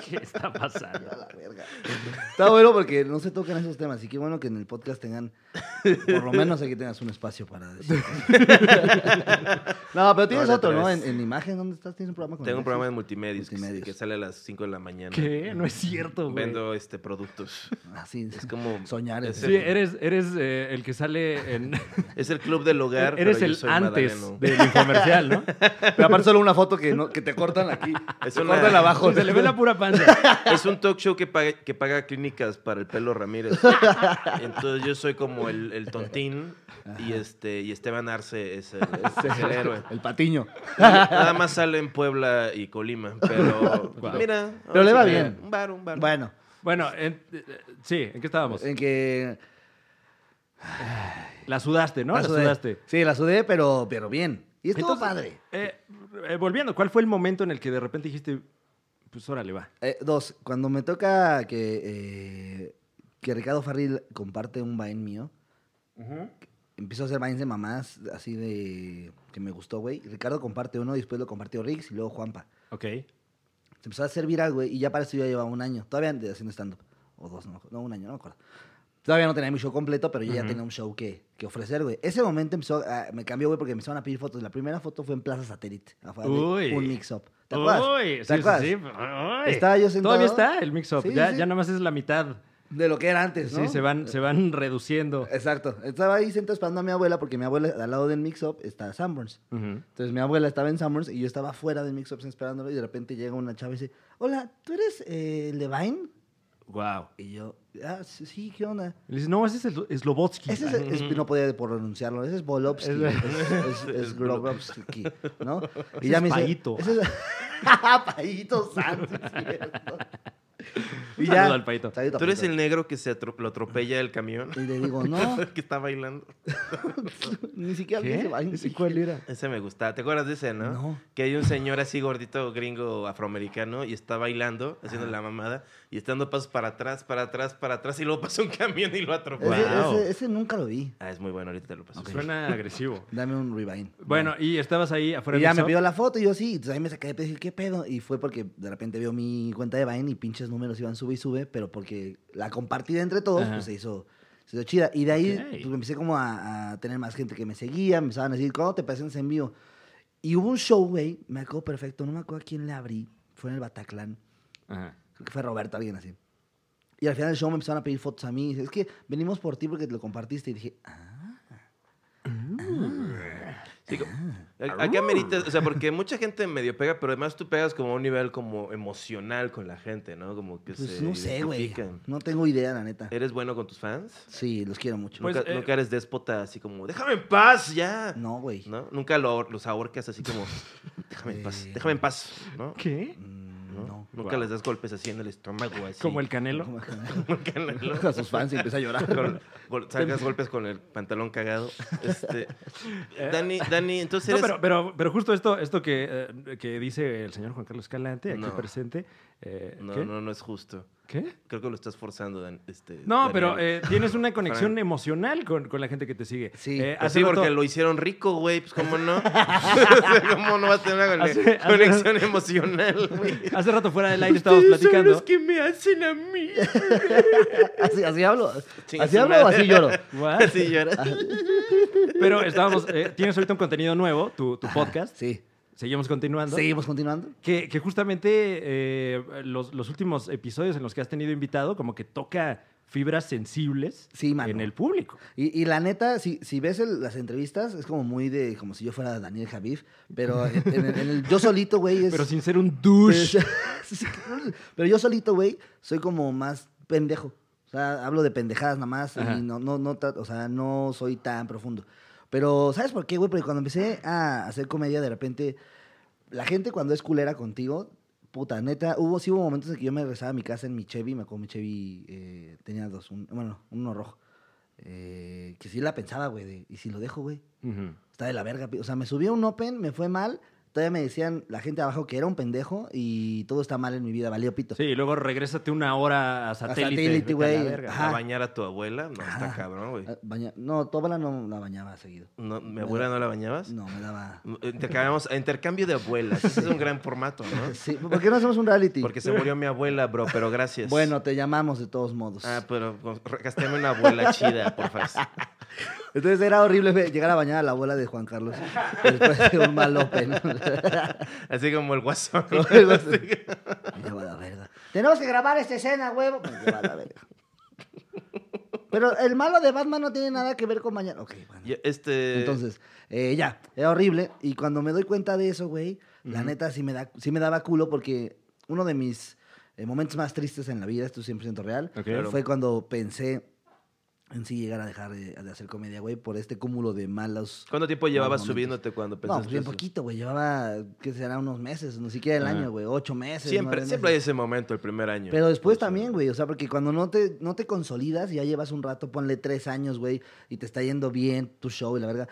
B: ¿Qué está pasando?
C: A la verga. Está bueno porque no se tocan esos temas. Y qué bueno que en el podcast tengan, por lo menos aquí tengas un espacio para decir. no, pero tienes
A: No, la
C: otro,
A: otra
C: ¿no? En,
A: vez.
C: en imagen, ¿dónde estás? ¿Tienes un programa con
A: Tengo un
C: imagen?
A: programa de multimedios, que-
C: Multimedios.
A: Que, sale a las 5 de la mañana.
B: ¿Qué? No es cierto, güey.
A: Vendo este, productos.
C: Así,
A: Es como...
C: soñar. Es,
B: Sí, eres, eres eh, el que sale en...
A: Es el club del hogar,
B: eres
A: pero yo
B: el
A: soy
B: antes
A: Madaleno.
B: del infomercial, ¿no?
C: Pero aparte solo una foto que, no, que te cortan aquí.
A: Es
C: te
A: una-
C: cortan abajo.
B: Se le ve la pura panza.
A: Es un talk show que paga, que paga clínicas para el pelo Ramírez. Entonces yo soy como el, el tontín y este y Esteban Arce es el, es el héroe.
C: El patiño.
A: Nada más sale en Puebla y Colima, pero
B: Guau.
A: mira. ahora
C: Pero le
A: sí
C: va
A: que
C: bien.
A: Un bar, un bar.
C: Bueno,
B: Bueno, en- eh, eh, sí, ¿en qué estábamos?
C: en que...
B: La sudaste, ¿no?
C: la
B: La,
C: sudé.
B: sudaste.
C: Sí, la sudé, pero, pero bien. Y estuvo
B: Entonces,
C: padre.
B: eh, eh, volviendo, ¿cuál fue el momento en el que de repente dijiste, pues órale, va?
C: Eh, dos, cuando me toca que, eh, que Ricardo Farril comparte un Vine mío, empiezo a hacer Vines de mamás, así de... que me gustó, güey. Ricardo comparte uno, y después lo compartió Riggs y luego Juanpa.
B: Ok.
C: Se empezó a hacer viral, güey, y ya para eso yo ya llevaba un año. Todavía de- haciendo stand-up. O dos, no, me acuerdo. no, un año, no me acuerdo. Todavía no tenía mi show completo, pero yo ya tenía un show que, que ofrecer, güey. Ese momento empezó, a- me cambió, güey, porque me empezaron a pedir fotos. La primera foto fue en Plaza Satélite, afuera de
B: Uy.
C: un mix-up. ¿Te acuerdas?
B: Uy,
C: ¿Te
B: sí,
C: acuerdas?
B: sí, sí. Uy.
C: Estaba yo sentado.
B: Todavía está el mix-up.
C: Sí,
B: ya,
C: sí.
B: ya nada más es la mitad.
C: De lo que era antes, ¿no?
B: Sí, se van, se van reduciendo.
C: Exacto. Estaba ahí sentado esperando a mi abuela, porque mi abuela, al lado del mix-up, está Sanborns.
B: Ujú.
C: Entonces mi abuela estaba en Summers y yo estaba fuera del mix-up esperándolo y de repente llega una chava y dice, hola, ¿tú eres eh, el de Vine?
B: Wow.
C: Y yo, ah, sí, sí, ¿qué onda?
B: Le dice, no, ese es el Slobotsky.
C: Ese es, es- no podía por pronunciarlo, ese es Bolovsky,
B: Es-
C: es, es, es Grobowski, ¿no?
B: Ese es Paito.
C: ese es- Paito Santos, ¿cierto?
B: Un saludo al Paito.
A: Tú eres
C: pues,
A: el negro que se atro- lo atropella el camión.
C: Y le digo, no,
A: que está bailando.
C: ni siquiera
B: ¿Qué?
C: dice Vine.
B: ¿Ese cuál era?
A: Ese me gustaba. ¿Te acuerdas de ese, no?
C: No.
A: Que hay un señor así gordito, gringo, afroamericano, y está bailando, haciendo la mamada, y está dando pasos para atrás, para atrás, para atrás, y luego pasa un camión y lo
C: Ese,
A: atropella.
B: Guau.
C: ese- ese nunca lo vi.
A: Ah, es muy bueno, ahorita te lo paso.
B: Suena agresivo.
C: Dame un rewind.
B: Bueno, y estabas ahí afuera
C: Y
B: del
C: ya me
B: mix-up.
C: pidió la foto y yo sí. Entonces ahí me saqué de pedo y dije, ¿qué pedo? Y fue porque de repente vio mi cuenta de Vine y pinches números iban sube y sube, pero porque la compartida entre todos,
B: Ajá.
C: pues se hizo, se hizo chida. Y de ahí
B: Ok.
C: pues, empecé como a, a tener más gente que me seguía, me empezaban a decir, ¿cuándo te presentas en vivo? Y hubo un show, güey, me acuerdo perfecto, no me acuerdo a quién le abrí, fue en el Bataclan.
B: Ajá.
C: Creo que fue Roberto, alguien así. Y al final del show me empezaron a pedir fotos a mí. Dice, es que venimos por ti porque te lo compartiste. Y dije, ah,
A: Sí, como-
C: Ah.
A: ¿A a qué amerita? O sea, porque mucha gente medio pega, pero además tú pegas como a un nivel como emocional con la gente, ¿no? Como que
C: pues
A: se Eh,
C: no sé, güey.
A: identifican.
C: No tengo idea, la neta.
A: ¿Eres bueno con tus fans?
C: Sí, los quiero mucho.
B: Pues,
A: ¿Nunca,
B: eh,
A: nunca eres déspota así como, déjame en paz ya?
C: no, güey.
A: ¿No? Nunca lo ahor- los ahorcas así como, déjame en paz,
C: Eh.
A: déjame en paz, ¿no?
B: ¿Qué?
C: Mm,
A: ¿No?
C: No.
A: Nunca
B: Guau.
A: les das golpes así en el estómago, así.
B: Como el canelo.
A: Como el canelo.
C: A sus fans y empecé a llorar.
A: Con- gol- sacas golpes con el pantalón cagado. Este, Dani, Dani, entonces
B: Eh. No,
A: eres...
B: pero, pero, pero justo esto, esto que, eh, que dice el señor Juan Carlos Calante, aquí
A: No.
B: presente. eh,
A: No,
B: ¿qué?
A: no, no es justo.
B: ¿Qué?
A: Creo que lo estás forzando, Dan- este,
B: No,
A: Daniel.
B: pero eh, tienes una conexión
A: Frank.
B: emocional con, con la gente que te sigue.
C: Sí.
B: Eh,
A: Pues
B: hace
A: sí,
B: rato-
A: porque lo hicieron rico, güey. Pues cómo no. O sea, ¿Cómo no vas a tener una
B: Hace-
A: cone-
B: hace-
A: conexión emocional, güey?
B: Hace rato fuera del aire estábamos platicando.
A: que me hacen a mí.
C: así, así hablo.
A: Chinga
C: Así
A: su
C: hablo o
A: madre.
C: así lloro.
B: What?
A: Así lloras.
B: Pero estábamos, eh, tienes ahorita un contenido nuevo, tu, tu podcast.
C: Sí.
B: Seguimos continuando.
C: Seguimos continuando.
B: Que, que justamente eh, los, los últimos episodios en los que has tenido invitado, como que toca fibras sensibles
C: Sí, mano.
B: en el público.
C: Y, y la neta, si, si ves el- las entrevistas, es como muy de, como si yo fuera Daniel Javif, pero en, en el, en el- yo solito, güey, es...
B: Pero sin ser un douche.
C: es- pero yo solito, güey, soy como más pendejo. O sea, hablo de pendejadas nada más
B: Ajá.
C: y no, no, no, tra- o sea, no soy tan profundo. Pero, ¿sabes por qué, güey? Porque cuando empecé a hacer comedia, de repente, la gente cuando es culera contigo, puta, neta, hubo, sí hubo momentos en que yo me regresaba a mi casa en mi Chevy, me acuerdo mi Chevy eh, tenía dos, un- bueno, uno rojo. Eh, que sí la pensaba, güey, de, y si lo dejo, güey,
B: Ujú.
C: está de la verga. pi- O sea, me subí a un open, me fue mal, todavía me decían la gente abajo que era un pendejo y todo está mal en mi vida, valió pito.
B: Sí, y luego regrésate una hora a satélite. vete
C: satélite,
B: a la
C: güey.
B: verga.
C: Ajá.
A: A bañar a tu abuela. No, está cabrón, güey.
C: Ah, baña- No, tu abuela no la bañaba seguido.
A: No, ¿Mi abuela no la bañabas? Mm, eh,
C: No, me daba...
A: Intercambiamos, intercambio de abuelas. Ese es un gran formato, ¿no?
C: Sí, ¿Por qué no hacemos un reality?
A: Porque se murió mi abuela, bro, pero gracias.
C: Bueno, pues. te llamamos de todos modos.
A: Ah, pero con- castéame una abuela chida, por favor.
C: Entonces era horrible ve- llegar a bañar a la abuela de Juan Carlos después de un mal open.
A: Así como el guasón.
C: Me lleva la verga. Tenemos que grabar esta escena, huevo. Me lleva la verga. Pero el malo de Batman no tiene nada que ver con mañana. Ok, bueno.
A: Y Este...
C: Entonces, eh, ya, era horrible. Y cuando me doy cuenta de eso, güey, la neta sí me, da, sí me daba culo porque uno de mis eh, momentos más tristes en la vida, esto es 100% real,
B: Ok.
C: fue cuando pensé en sí llegar a dejar de, de hacer comedia, güey, por este cúmulo de malos...
A: ¿Cuánto tiempo llevabas
C: momentos.
A: subiéndote cuando
C: No,
A: pensaste
C: pues bien
A: eso?
C: poquito, güey. Llevaba, ¿qué será? Unos meses, ni siquiera el
B: Ajá.
C: año, güey. Ocho meses.
A: Siempre,
C: nueve
A: siempre hay
C: meses.
A: ese momento, el primer año.
C: Pero después
A: O sea,
C: también, güey. O sea, porque cuando no te, no te consolidas y ya llevas un rato, ponle tres años, güey, y te está yendo bien tu show y la verdad.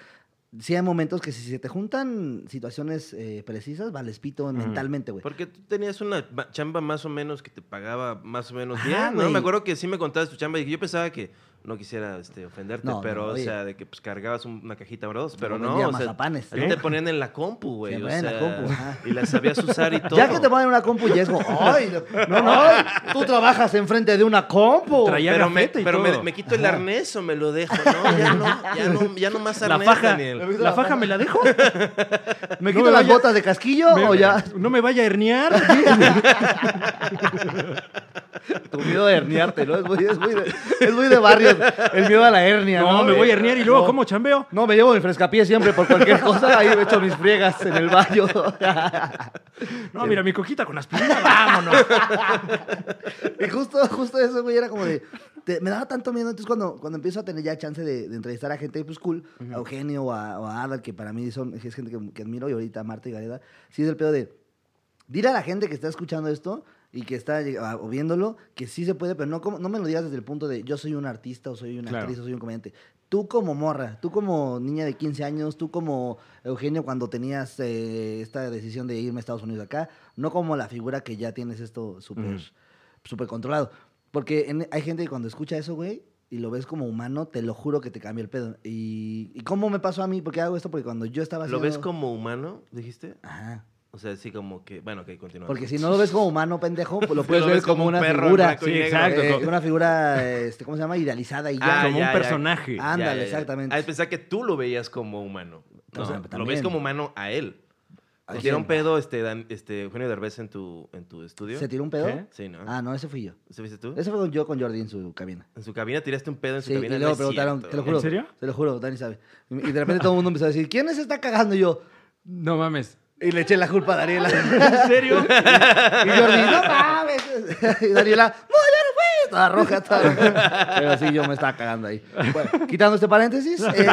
C: Sí hay momentos que si se te juntan situaciones eh, precisas, vales pito mentalmente, güey.
A: Porque tú tenías una ba- chamba más o menos que te pagaba más o menos
C: Ajá,
A: bien, ¿no?
C: güey.
A: Me acuerdo que sí me contabas tu chamba y yo pensaba que no quisiera este, ofenderte,
C: No, no,
A: pero, o
C: oye.
A: sea, de que pues cargabas un- una cajita o dos, pero
C: Como
A: no,
C: vendía
A: o sea, ¿eh?
C: mazapanes.
A: a ti
B: ¿Eh?
A: te ponían en la compu, güey,
C: Sí,
A: o
C: en la
A: sea,
C: compu, ajá.
A: y la sabías usar y todo.
C: Ya que te ponen una compu y es como, ¡ay! No, no, ay, tú trabajas enfrente de una compu.
B: Traía-
A: pero me,
B: gafete y
A: pero me,
B: todo.
A: me quito el arnés o me lo dejo, ¿no? Ya no, ya no, ya no más
B: La
A: arnés,
B: faja,
A: Daniel.
B: la faja me la dejo.
C: ¿Me
B: No
C: quito
B: me
C: las
B: vaya-
C: botas de casquillo
B: Me-
C: o ya?
B: No me vaya a herniar.
C: Tu miedo de herniarte, ¿no? Es muy, es muy de, es muy de barrio. El miedo a la hernia.
B: No, me
C: Eh,
B: voy a herniar y luego,
C: no.
B: ¿cómo chambeo?
C: No, me llevo mi frescapié siempre por cualquier cosa. Ahí me echo mis friegas en el baño.
B: No, mira, mi cojita con aspirina, vámonos.
C: y justo, justo eso, güey, era como de... te- me daba tanto miedo. Entonces, cuando, cuando empiezo a tener ya chance de, de entrevistar a gente, pues cool, a Eugenio o a, o a Adal, que para mí son, es gente que, que admiro, y ahorita a Marta y Gareda, sí es el pedo de... Dile a la gente que está escuchando esto y que está lleg- a- o viéndolo que sí se puede, pero no, como- no me lo digas desde el punto de yo soy un artista o soy una
B: Claro.
C: actriz o soy un comediante. Tú como morra, tú como niña de 15 años, tú como Eugenio cuando tenías eh, esta decisión de irme a Estados Unidos acá, no como la figura que ya tienes esto súper
B: Ujú.
C: súper controlado. Porque en- hay gente que cuando escucha eso, güey, y lo ves como humano, te lo juro que te cambia el pedo. Y, ¿y cómo me pasó a mí? Porque hago esto? Porque cuando yo estaba
A: ¿Lo
C: haciendo...
A: ves como humano, dijiste?
C: Ajá.
A: O sea, así como que, bueno, que continúa.
C: Porque si no lo ves como humano, pendejo, pues lo
A: Sí,
C: puedes
A: lo
C: ver
A: ves
C: como,
A: como un
C: una
A: perro
C: figura.
A: blanco y
C: Sí,
A: negro.
C: exacto.
B: Eh,
C: como una figura, este, ¿cómo se llama? Idealizada y ya.
A: Ah,
B: Como
A: ya, ya.
B: un personaje.
C: Ah, Ándale, exactamente.
A: Ah, pensaba que tú lo veías como humano.
C: No,
A: o sea, lo
C: también.
A: ves como humano a él. ¿Te tiró un pedo este, Dan- este, Eugenio Derbez en tu, en tu estudio?
C: ¿Se tiró un pedo?
B: ¿Qué?
A: Sí, ¿no?
C: Ah, no, ese fui yo.
A: ¿Se viste tú?
C: Ese fue con- yo con Jordi en su cabina.
A: En su cabina tiraste un pedo en su
C: Sí, y
A: cabina.
C: luego
A: no es
C: preguntaron,
A: cierto. ¿eh?
C: te lo juro.
B: ¿En serio?
C: Te lo juro, Dani sabe. Y y de repente todo el mundo empezó a decir, ¿quién se está cagando Y yo?
B: No mames.
C: Y le eché la culpa a Daniela.
B: ¿En serio?
C: Y Jordi, no mames. Y Daniela, no, yo no fui. Toda roja, toda roja. Pero sí, yo me estaba cagando ahí. Bueno, quitando este paréntesis. eh,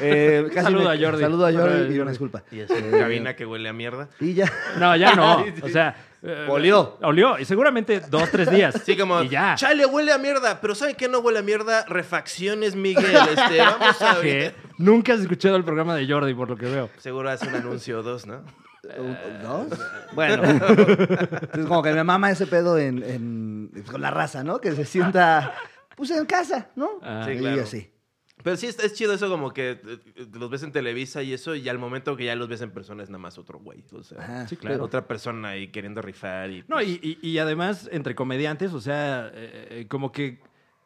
C: eh,
B: Un saludo
C: me-
B: a Jordi.
C: Saludo a
B: Saludo a
C: Jordi y
B: Jordi.
C: una disculpa.
A: Y es una cabina que huele a mierda.
C: Y ya.
B: No, ya no. O sea. eh,
C: Olió.
B: Olió. Y seguramente dos, tres días.
A: Sí, como,
B: Y ya.
A: chale, huele a mierda. Pero ¿saben qué no huele a mierda? Refacciones, Miguel. Este, vamos a
B: Que
A: ver.
B: Nunca has escuchado el programa de Jordi, por lo que veo.
A: Seguro hace un anuncio o dos, ¿no?
C: Un- ¿Dos? Bueno. Entonces, como que me mama ese pedo en, en- con la raza, ¿no? Que se sienta, pues, en casa, ¿no?
B: Ah.
A: Sí,
C: Y
A: claro.
C: así.
A: Pero sí, es, es chido eso como que eh, los ves en Televisa y eso, y al momento que ya los ves en persona es nada más otro güey. O sea,
C: Ajá.
B: Ah, Sí, claro.
A: otra persona ahí queriendo rifar y... pues,
B: No, y, y- y además, entre comediantes, o sea, eh, eh, como que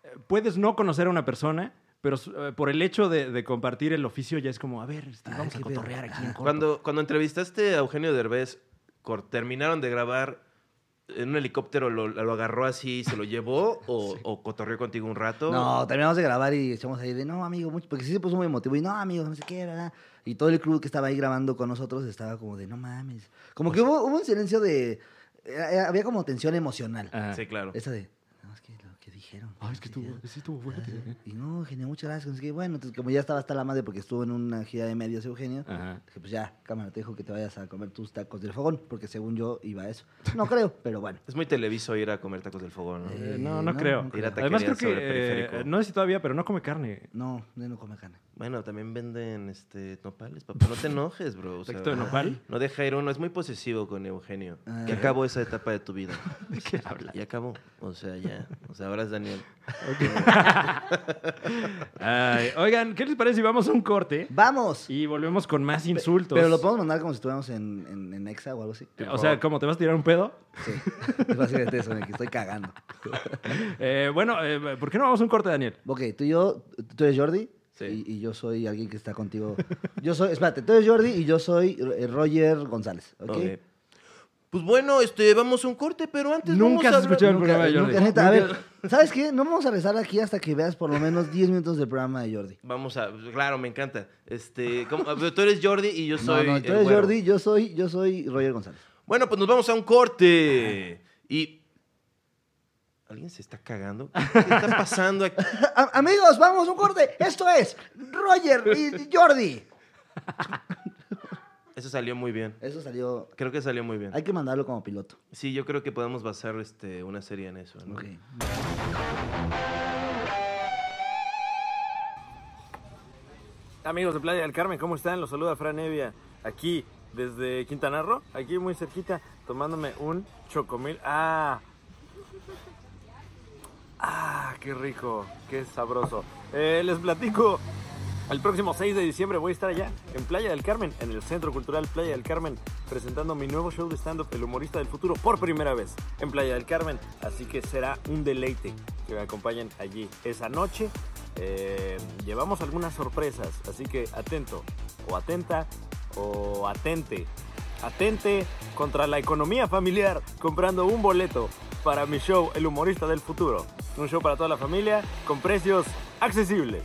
B: eh, puedes no conocer a una persona, pero su- eh, por el hecho de, de compartir el oficio ya es como, a ver, este,
C: Ah,
B: vamos a
C: qué pedo.
B: cotorrear aquí en corto.
A: Cuando, cuando entrevistaste a Eugenio Derbez, cor- ¿terminaron de grabar en un helicóptero? ¿Lo, lo agarró así y se lo llevó? ¿O, o cotorreó contigo un rato?
C: No, terminamos de grabar y echamos ahí de, no, amigo, mucho, porque sí se puso muy emotivo y no, amigo, no sé qué, ¿verdad? Y todo el crew que estaba ahí grabando con nosotros estaba como de, no mames. Como que hubo, hubo un silencio de, era- era- había como tensión emocional.
B: Ah.
A: Sí, claro.
C: Esa de, no, es que lo que dijeron.
B: Ay, es que
C: tú
B: estuvo, sí estuvo fuerte, ¿eh?
C: Y no, Eugenio, muchas gracias. Es que, bueno, entonces, como ya estaba hasta la madre porque estuvo en una gira de medios, Eugenio,
B: Ajá.
C: dije, pues ya, cámara, te dijo que te vayas a comer tus tacos del fogón, porque según yo iba a eso. No creo, pero bueno.
A: Es muy televiso ir a comer tacos del fogón, ¿no?
C: Eh,
B: Eh, no, no
C: no,
B: creo.
C: no
A: creo. Ir a
B: Además, creo
A: taquerías
B: que.
A: sobre periférico.
B: eh, no sé si todavía, pero no come carne.
C: No, no come carne.
A: Bueno, también venden este, nopales, papá. No te enojes, bro. o sea,
B: Taquito de nopal.
A: No deja ir uno. Es muy posesivo con Eugenio.
C: Ah.
A: Ya acabó esa etapa de tu vida.
B: ¿De qué habla?
A: Ya acabó. O sea, ya. O sea, ahora es Daniel.
B: Ay, oigan, ¿qué les parece si vamos a un corte
C: ¡Vamos!
B: y volvemos con más insultos?
C: Pero lo podemos mandar como si estuviéramos en, en, en Exa o algo así.
B: O sea, ¿cómo te vas a tirar un pedo?
C: Sí. Es básicamente eso, en el que estoy cagando.
B: Eh, bueno, eh, ¿por qué no vamos a un corte, Daniel?
C: Ok, tú y yo, tú eres Jordi.
A: Sí.
C: Y, y yo soy alguien que está contigo. Yo soy, espérate, tú eres Jordi y yo soy eh, Roger González. ¿Ok?
A: Ok. Pues bueno, este, vamos a un corte, pero antes vamos
B: Nunca
A: a
B: has
A: hablar-
B: escuchado el
C: Nunca-
B: programa de Jordi.
C: nunca, neta, a ver, ¿sabes qué? No vamos a rezar aquí hasta que veas por lo menos 10 minutos del programa de Jordi.
A: Vamos a, pues, claro, me encanta. Este, ¿cómo? Ah, pero tú eres Jordi y yo soy.
C: no, no, tú
A: el
C: eres
A: güero.
C: Jordi, yo soy, yo soy Roger González.
A: Bueno, pues nos vamos a un corte. Y. ¿Alguien se está cagando? ¿Qué está pasando aquí?
C: A- amigos, vamos, un corte. Esto es Roger y Jordi.
A: Eso salió muy bien.
C: Eso salió.
A: Creo que salió muy bien.
C: Hay que mandarlo como piloto.
A: Sí, yo creo que podemos basar este, una serie en eso. ¿no?
C: Ok.
D: Amigos de Playa del Carmen, ¿cómo están? Los saluda Fran Evia, aquí desde Quintana Roo, aquí muy cerquita, tomándome un chocomil. ¡Ah! ¡Ah! ¡Qué rico! ¡Qué sabroso! Eh, les platico, el próximo 6 de diciembre voy a estar allá, en Playa del Carmen, en el Centro Cultural Playa del Carmen, presentando mi nuevo show de stand-up, El Humorista del Futuro, por primera vez, en Playa del Carmen. Así que será un deleite que me acompañen allí esa noche. Eh, llevamos algunas sorpresas, así que atento, o atenta, o atente. Atente contra la economía familiar comprando un boleto para mi show El Humorista del Futuro. Un show para toda la familia con precios accesibles.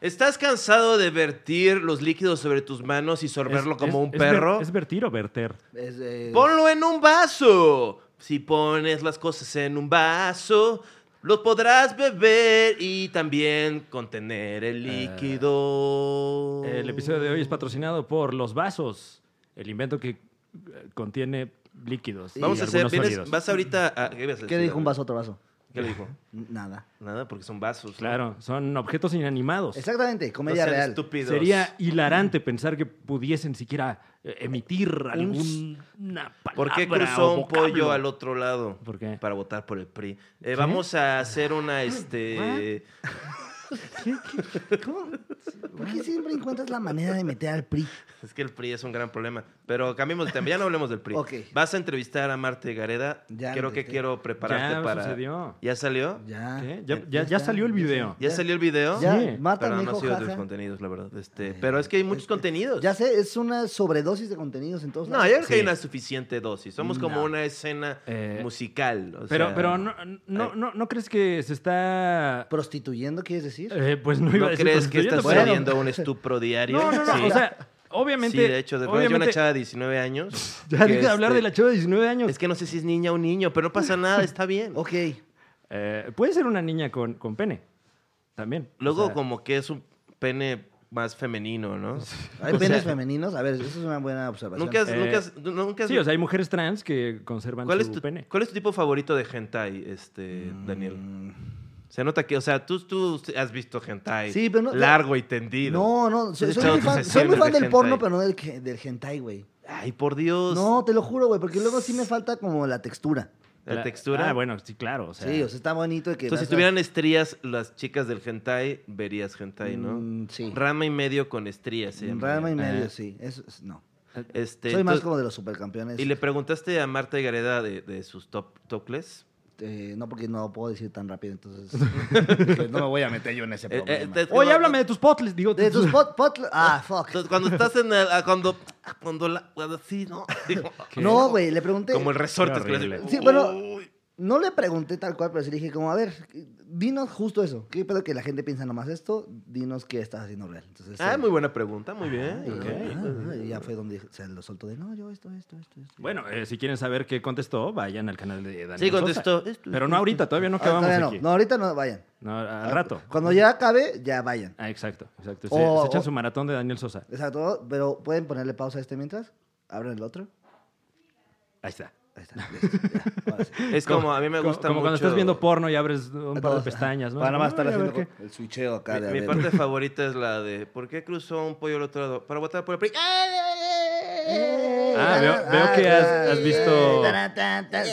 A: ¿Estás cansado de vertir los líquidos sobre tus manos y sorberlo
B: Es-
A: como
B: es-
A: un
B: es ver-
A: perro?
B: ¿Es vertir o verter?
C: Es, eh,
A: ¡Ponlo en un vaso! Si pones las cosas en un vaso, los podrás beber y también contener el líquido.
B: Eh, El episodio de hoy es patrocinado por Los Vasos, el invento que eh, contiene líquidos. y
A: Vamos a hacer.
B: algunos
A: vienes-
B: sólidos.
A: vas ahorita a. ¿Qué, ibas a
C: ¿Qué
A: decir,
C: dijo
A: Daniel?
C: un vaso otro vaso?
A: ¿Qué le dijo?
C: Nada.
A: Nada, porque son vasos. ¿no?
B: Claro, son objetos inanimados.
C: Exactamente,
A: No
C: comedia
A: sean
C: real.
A: estúpidos.
B: Sería hilarante pensar que pudiesen siquiera eh, emitir
A: s-
B: alguna palabra.
A: ¿Por qué
B: o
A: cruzó un
B: vocablo?
A: pollo al otro lado?
B: ¿Por qué?
A: Para votar por el PRI. Eh, vamos a hacer una, este...
C: ¿Qué, qué, cómo? ¿Por qué siempre encuentras la manera de meter al PRI?
A: Es que el PRI es un gran problema. Pero cambiemos de tema, ya no hablemos del PRI.
C: Ok.
A: Vas a entrevistar a Marte Gareda.
C: Ya
A: Creo que
C: entrevisté.
A: quiero prepararte
B: Ya
A: para.
B: sucedió.
A: ¿Ya salió? ¿Ya,
C: Ya.
B: ¿Qué? Ya- ya- ya salió el video.
C: Ya,
A: salió el video?
C: Ya,
B: Sí.
C: Marta
A: Pero
C: me
A: no ha
C: dijo,
A: sido de
C: jaja.
A: tus contenidos, la verdad. Este, pero es que hay muchos contenidos.
C: Ya sé, es una sobredosis de contenidos en todos
A: No, yo
C: lados.
A: creo que hay una suficiente dosis. Somos como
C: No.
A: una escena
B: Eh,
A: musical. o
B: Pero,
A: sea,
B: pero no, no, no, ¿no crees que se está.
C: ¿Prostituyendo quieres decir?
B: eh, pues no iba
A: ¿No
B: a decir
A: crees que está
B: prostituyendo,
C: Bueno.
B: pero-
A: sucediendo un estupro diario?
B: No, no, no.
A: Sí.
B: O sea, obviamente.
A: Sí, de hecho, de hay una
B: obviamente-
A: chava de 19 años.
B: Ya
A: que,
B: deja de hablar
A: este,
B: de la chava de 19 años.
A: Es que no sé si es niña o niño, pero no pasa nada, está bien.
C: Ok.
B: Eh, puede ser una niña con, con pene. También.
A: Luego
B: O sea,
A: como que es un pene más femenino, ¿no?
C: Hay
A: O sea,
C: penes femeninos. A ver, eso es una buena observación.
A: Nunca has,
B: Eh,
A: nunca has- nunca has-
B: Sí, o sea, hay mujeres trans que conservan
A: ¿cuál,
B: su
A: es tu,
B: pene.
A: ¿Cuál es tu tipo favorito de hentai, este, Daniel?
C: Mm,
A: Se nota que, o sea, tú, tú has visto hentai
C: Sí, pero no-
A: largo y tendido.
C: No, no,
A: Has
C: soy, soy
A: echado
C: muy
A: tus
C: fan, soy
A: sesiones
C: muy fan
A: de
C: del
A: hentai. Pues
C: porno, pero no del, que- del hentai, güey.
A: Ay, por Dios.
C: No, te lo juro, güey, porque luego sí me falta como la textura.
A: La, textura.
B: Ah, bueno, sí, claro. O sea,
C: sí, o sea, está bonito. y que
A: Entonces, si
C: vas a-
A: tuvieran estrías las chicas del hentai, verías hentai, ¿no?
C: Mm, sí. Mm,
A: Rama y medio con estrías. se llama.
C: Rama y medio,
B: Ah.
C: sí. Eso es- no.
A: Este,
C: soy más
A: entonces-
C: como de los supercampeones.
A: Y le preguntaste a Marta y Gareda de, de sus top, topless.
C: Eh, no, porque no puedo decir tan rápido, entonces que no me voy a meter yo en ese
A: Eh, eh,
C: problema.
A: te-
B: Oye,
A: no,
B: háblame de tus potles. Digo,
C: de tus pot, pot- ah, fuck.
A: Entonces, cuando estás en el. ah, Cuando. Cuando la. Cuando sí, ¿no? Digo,
C: No, güey, le pregunté.
A: Como el resorte.
B: Qué horrible.
C: Sí, bueno, No le pregunté tal cual, pero sí le dije como, a ver, dinos justo eso. ¿Qué pedo que la gente piensa nomás esto? Dinos qué estás haciendo real. Entonces,
A: Ah,
C: eh,
A: muy buena pregunta, muy bien.
C: y-
A: ok.
C: ah, y ya fue donde dije- se lo soltó de, no, yo esto, esto, esto. Ah, esto".
B: Bueno, eh, si quieren saber qué contestó, vayan al canal de Daniel
A: Sí, contestó.
B: Sosa. Pero no ahorita, todavía no
C: Ah, todavía
B: acabamos
C: no.
B: aquí.
C: no, ahorita no, Ah, vayan.
B: No, al rato.
C: Cuando ya acabe, ya vayan.
B: Ah, exacto, exacto. Se,
C: O-
B: se echan
C: o-
B: su maratón de Daniel Sosa.
C: Exacto, pero pueden ponerle pausa a este mientras. Abren el otro.
B: Ahí está.
C: Ahí está. listo, ya, ahora sí.
A: Es como, a mí me
B: Como-
A: gusta
B: Como,
A: mucho.
B: cuando estás viendo porno y abres un par de
C: Todos,
B: pestañas, ¿no?
C: Para nada más
B: Ay,
C: estar
B: a ver
C: haciendo
B: qué.
C: el switcheo acá de a
A: Mi, mi
C: ver.
A: parte favorita es la de ¿por qué cruzó un pollo al otro lado? Para votar por el PRI.
C: Eh,
B: Ah, veo- veo que has-
C: ah,
B: has visto-
C: tarán, tan, tan,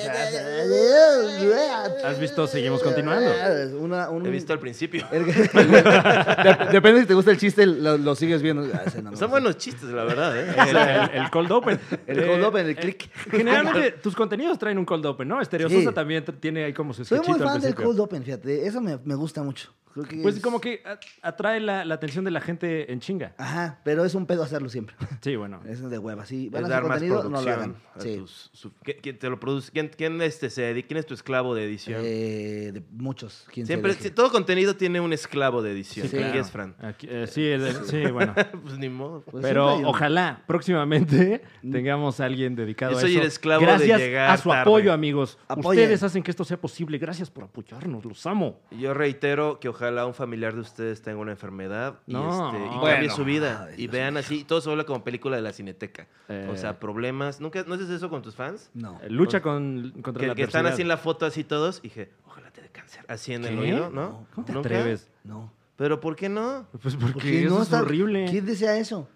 B: Has visto, seguimos continuando.
C: Ah, Una, un-
A: He visto al principio.
C: el- Dep- Depende si te gusta el chiste, lo, lo sigues viendo. Ah, ese no me gusta.
A: Son buenos chistes, la verdad, ¿eh?
B: El, el- el cold open. Eh,
C: El cold open, el click.
B: Generalmente tus contenidos traen un cold open, ¿no? Estereo
C: Sí.
B: Sosa también t- tiene ahí como su
C: Soy muy
B: sketchito al
C: fan del
B: principio.
C: Cold Open, fíjate. Eso me, me gusta mucho. Creo que
B: Pues
C: es-
B: como que a- atrae la, la atención de la gente en chinga.
C: Ajá, pero es un pedo hacerlo siempre.
B: Sí, bueno.
C: Eso es de hueva. Sí,
A: Es
C: van a hacer
A: dar más
C: contenido, no lo
A: producción.
C: hagan.
A: a
C: Sí.
A: tus- su- ¿Qui- ¿Quién te lo produce? ¿Quién, quién, este, se dedica? ¿Quién es tu esclavo de edición?
C: Eh, de muchos. quien se
A: Siempre,
C: deje.
A: si- todo contenido tiene un esclavo de edición.
C: Sí,
A: ¿Quién
C: claro.
A: es Fran?
B: Aquí- eh, sí, el- el- sí, bueno.
A: pues ni modo.
C: Pues siempre
B: Pero
C: hay uno.
B: ojalá próximamente tengamos a alguien dedicado
A: Yo
B: a
A: soy
B: eso.
A: el esclavo de
B: Gracias
A: llegar
B: a su
A: tarde.
B: apoyo, amigos.
C: Apoyen.
B: Ustedes hacen que esto sea posible. Gracias por apoyarnos. Los amo.
A: Yo reitero que ojalá un familiar de ustedes tenga una enfermedad y,
B: No.
A: este, y
B: Bueno.
A: cambie su vida.
C: Ay,
A: y
C: Dios
A: vean así, todo se habla como película de la cineteca.
B: Eh.
A: O sea, problemas. ¿Nunca, ¿No haces eso con tus fans?
C: No.
B: Eh, Lucha con, contra
A: Pues, Que,
B: la
A: que están
B: adversidad.
A: así en la foto, así todos. Y dije, ojalá te dé cáncer. Así en el
B: ¿Qué?
A: oído,
C: No,
A: ¿no?
B: ¿Cómo te
A: ¿Nunca?
B: atreves?
C: No.
A: ¿Pero por qué no?
B: Pues porque
C: ¿Por qué
B: eso
C: no
B: es
C: está-
B: horrible.
C: ¿Quién desea eso?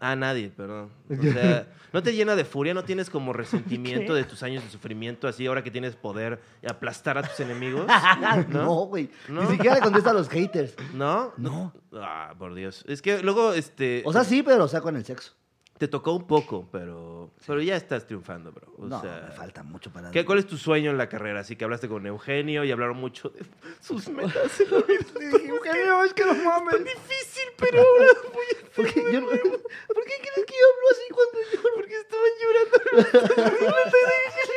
A: Ah, nadie, perdón. O sea, ¿no te llena de furia? ¿No tienes como resentimiento de tus años de sufrimiento así ahora que tienes poder y aplastar a tus enemigos?
C: No, güey.
A: No.
C: Ni siquiera le contesta a los haters.
A: ¿No?
C: No.
A: Ah, por Dios. Es que luego, este...
C: O sea, sí, pero o sea, con el sexo.
A: Te tocó un poco, pero... Pero ya estás triunfando, bro. O
C: no,
A: sea,
C: me falta mucho para...
A: ¿qué- ¿Cuál es tu sueño en la carrera? Así que hablaste con Eugenio y hablaron mucho de sus
C: Ah,
A: metas.
C: Le dije, Eugenio, es que no mames.
A: Tan difícil, pero ahora voy a
C: ¿Por qué, yo no- ¿Por qué crees que yo hablo así cuando lloro? Porque estaban llorando.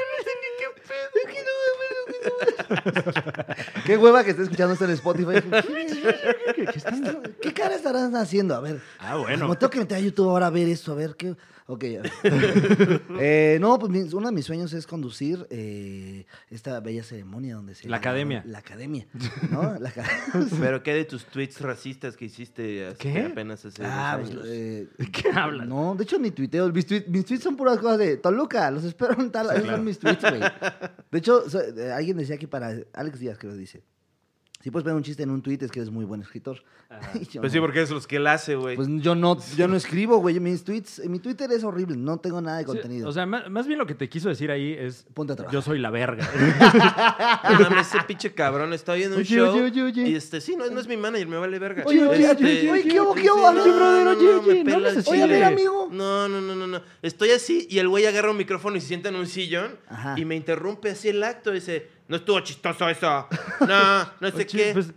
C: Es que no mames, es que no mames. Qué hueva que esté escuchando esto en Spotify.
B: ¿Qué- qué están-
C: ¿Qué cara estarán haciendo? A ver.
B: Ah, bueno.
C: Como tengo que meter a YouTube ahora a ver esto, a ver qué. Ok, a ver. Eh, no, pues mis- uno de mis sueños es conducir eh, esta bella ceremonia donde se.
B: La academia.
C: La academia. ¿No? La academia.
A: Pero ¿qué de tus tweets racistas que hiciste hace-
B: ¿Qué?
A: apenas hace
C: Ah,
A: dos
C: pues,
A: años?
C: eh,
B: ¿Qué hablas?
C: no, de hecho ni tuiteo. Mis, tuit- mis tweets son puras cosas de Toluca, los espero en tal.
B: Sí,
C: Esos
B: claro.
C: son mis tweets, güey. De hecho, so- eh, alguien decía que para. Alex Díaz, que lo dice. Si puedes ver un chiste en un tweet es que eres muy buen escritor. Y yo
A: Pues
C: no.
A: sí, porque es los que él hace, güey.
C: Pues yo no, yo no escribo, güey. Mis tweets, mi Twitter es horrible. No tengo nada de este contenido.
B: O sea, ma- más, bien lo que te quiso decir ahí es.
C: Ponte a trabajar.
B: Yo soy la verga.
A: Pues No mames, ese pinche cabrón está viendo un
C: Oye,
A: show.
C: oye, oye, oye.
A: Y este, sí, no, no es mi manager, me vale verga.
C: Oye, oye,
A: Este,
C: oye, oye, ¿qué hubo, qué
A: dice,
C: hubo? Oye, brother, oye,
B: oye,
A: me pela
B: no
A: el
B: hables así.
A: chile.
C: Oye, a ver, amigo.
A: No, no, no, no, no. Estoy así y el güey agarra un micrófono y se sienta en un sillón
C: Ajá.
A: y me interrumpe así el acto. Dice, no estuvo chistoso eso. No, no sé
B: Oye,
A: qué.
B: pues,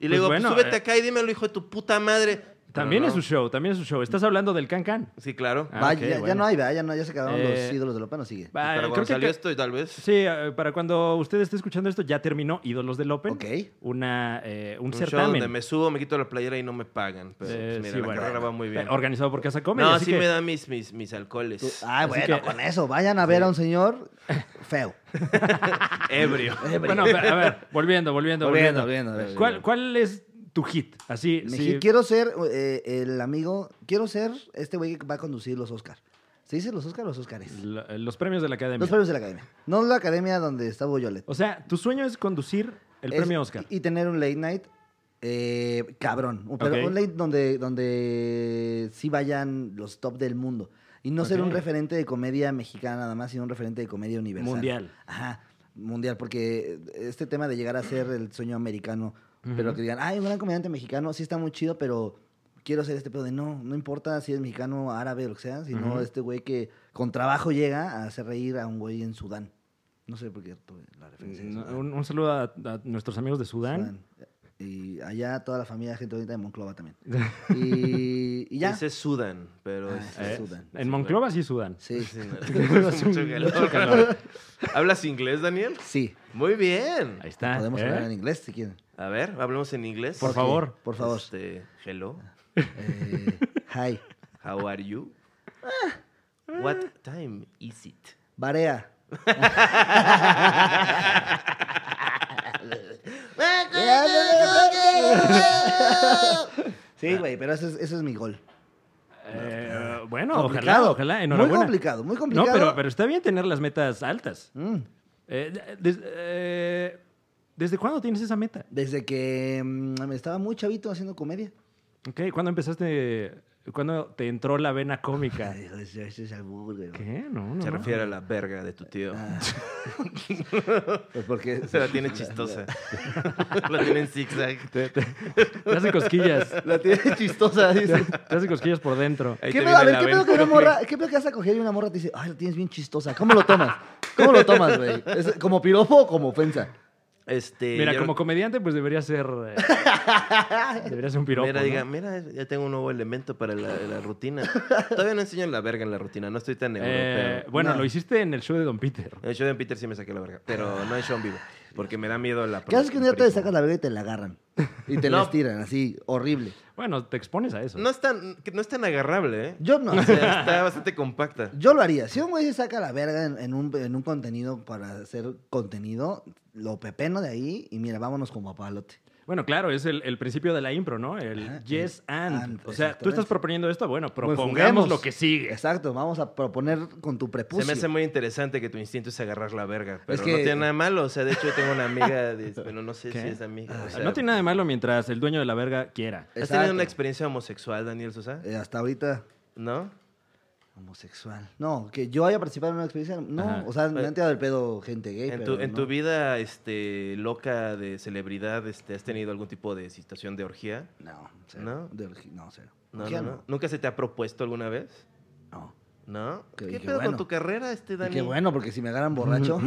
A: y le
B: pues
A: digo,
B: bueno,
A: pues súbete
B: eh.
A: acá y dímelo, hijo de tu puta madre.
B: también
A: Pero
B: es
A: no.
B: su show, también es su show. Estás hablando del Can-Can.
A: Sí, claro.
B: Ah,
C: Va,
B: ok,
C: ya, ya
B: bueno.
C: no hay, ¿verdad? ya, no, ya se acabaron
B: Eh,
C: los ídolos de Lopan, ¿o sigue?
B: Va,
A: Para
B: Ah, creo
A: cuando
B: que
A: salió
B: acá-
A: esto, tal vez.
B: Sí, eh, para cuando usted esté escuchando esto, ya terminó Ídolos del Open.
C: Ok.
B: Una, eh, un,
A: Un show
B: certamen.
A: donde me subo, me quito la playera y no me pagan. Pero
B: Eh,
A: pues, mira,
B: sí,
A: la
B: bueno.
A: carrera va muy bien.
B: Eh, Organizado por Casa Comedy.
A: No,
B: así
A: sí
B: que-
A: me da mis, mis, mis alcoholes.
C: Ah,
B: así
C: bueno,
B: que-
C: con eso. Vayan a ver a un señor feo.
A: Ebrio.
B: Bueno, pero, a ver, volviendo, volviendo, volviendo.
C: Volviendo, volviendo, volviendo.
B: ¿Cuál, cuál es tu hit? Así,
C: Me
B: sí.
C: dije, Quiero ser eh, el amigo, quiero ser este güey que va a conducir los Oscar. ¿Se dice los Oscar o los Oscars?
B: Lo- eh, los premios de la Academia.
C: Los premios de la academia. No la academia donde está Boyolet.
B: O sea, tu sueño es conducir el
C: Es-
B: premio Oscar.
C: Y tener un late night eh, cabrón. Un- Pero
B: Ok.
C: un late donde, donde sí vayan los top del mundo. Y no ser
B: Ok.
C: un referente de comedia mexicana nada más, sino un referente de comedia universal.
B: Mundial.
C: Ajá, mundial. Porque este tema de llegar a ser el sueño americano, pero que digan, ay, un gran comediante mexicano, sí está muy chido, pero quiero ser este pedo de no, no importa si es mexicano, árabe o lo que sea, sino
B: Ujú.
C: este güey que con trabajo llega a hacer reír a un güey en Sudán. No sé por qué tuve la referencia. de
B: No,
C: Sudán.
B: un, un saludo a, a nuestros amigos de Sudán.
C: Sudán. Y allá toda la familia, gente bonita de Monclova también. Y, y ya.
A: Ese es Sudan, pero...
C: Ah,
A: es-
C: sí,
B: Eh,
C: Sudán.
B: En Monclova sí Sudán.
C: Sí,
A: Sí,
C: sí.
A: no, es mucho calor. ¿Hablas inglés, Daniel? Muy bien.
B: Ahí está.
C: Podemos
B: ¿eh?
C: hablar en inglés si quieren.
A: A ver, hablemos en inglés.
B: Por favor.
C: Por favor.
A: Este, hello,
C: Eh, hi.
A: how are you?
C: Ah.
A: What time is it?
C: Barea. Sí,
A: Ah.
C: güey, pero ese es, ese es mi gol.
B: Eh, bueno,
C: Complicado.
B: ojalá, ojalá.
C: Muy
B: Enhorabuena.
C: complicado, muy complicado.
B: No, pero, pero está bien tener las metas altas.
C: Mm,
B: Eh, des- eh, ¿Desde cuándo tienes esa meta?
C: desde que mm, me estaba muy chavito haciendo comedia.
B: Ok, ¿Cuándo empezaste? ¿Cuándo te entró la vena cómica?
C: Ay, hijo, ese- ese es albur, güey.
B: ¿Qué? No, no.
A: Se
B: no.
A: refiere a la verga de tu tío.
C: Ah. Pues porque
A: Se la tiene chistosa. la tiene en zigzag.
B: Te hace cosquillas.
C: La tiene chistosa, dice.
B: Te hace cosquillas por dentro.
A: Ahí
C: ¿Qué
A: te
C: pedo, a
A: viene
C: ver,
A: la
C: ¿qué pedo,
A: ven-
C: que una morra, ¿qué pedo que vas a coger y una morra te dice, ay, la tienes bien chistosa? ¿Cómo lo tomas? ¿Cómo lo tomas, güey? ¿Es ¿Como piropo o como ofensa?
A: Este,
B: Mira,
A: yo-
B: como comediante, pues debería ser. eh, debería ser un piropo.
A: Mira,
B: ¿no?
A: diga, mira, ya tengo un nuevo elemento para la, la rutina. Todavía no enseño la verga en la rutina, no estoy tan
B: Eh,
A: europeo.
B: bueno,
C: No.
B: lo hiciste en el show de Don Peter.
A: En el show de Peter sí me saqué la verga, pero no en show en vivo, porque me da miedo la
C: ¿Qué haces que un día te
A: prisma.
C: sacas la verga y te la agarran? Y te
A: No.
C: la estiran, así, horrible.
B: Bueno, te expones a eso.
A: No es tan, que no es tan agarrable, ¿eh?
C: Yo no.
A: O sea, está bastante compacta.
C: Yo lo haría. Si un güey se saca la verga en, en un, en un contenido para hacer contenido, lo pepeno de ahí y mira, vámonos como a palote.
B: Bueno, claro, es el, el principio de la impro, ¿no? El
C: Ajá,
B: yes and.
C: and,
B: O sea, tú
C: exactamente.
B: estás proponiendo esto, bueno,
C: Pues,
B: propongamos
C: juguemos.
B: lo que sigue.
C: Exacto, vamos a proponer con tu prepucio.
A: Se me hace muy interesante que tu instinto es agarrar la verga, pero
C: Es que-
A: no tiene nada de malo. O sea, de hecho, yo tengo una amiga, de- bueno, no sé
B: ¿Qué? Ah,
A: si es amiga. O sea,
B: no tiene nada de malo mientras el dueño de la verga quiera.
A: ¿Has tenido
C: Exacto.
A: una experiencia homosexual, Daniel Sosa?
C: Eh, hasta ahorita,
A: ¿No?
C: homosexual. No, que yo haya participado en una experiencia. No,
B: Ajá.
C: o sea, me han tirado el pedo gente gay.
A: En
C: pero
A: tu, en
C: no.
A: tu vida este, loca de celebridad, este, ¿has tenido algún tipo de situación de orgía?
C: No, cero.
A: ¿No?
C: De orgi- no, cero.
A: No,
C: Orgía
A: no, no. ¿Nunca se te ha propuesto alguna vez?
C: No.
A: ¿No?
C: Qué-
A: ¿Qué,
C: qué
A: pedo
C: bueno.
A: con tu carrera, este,
C: Y
A: Dani?
C: Qué bueno, porque si me agarran borracho.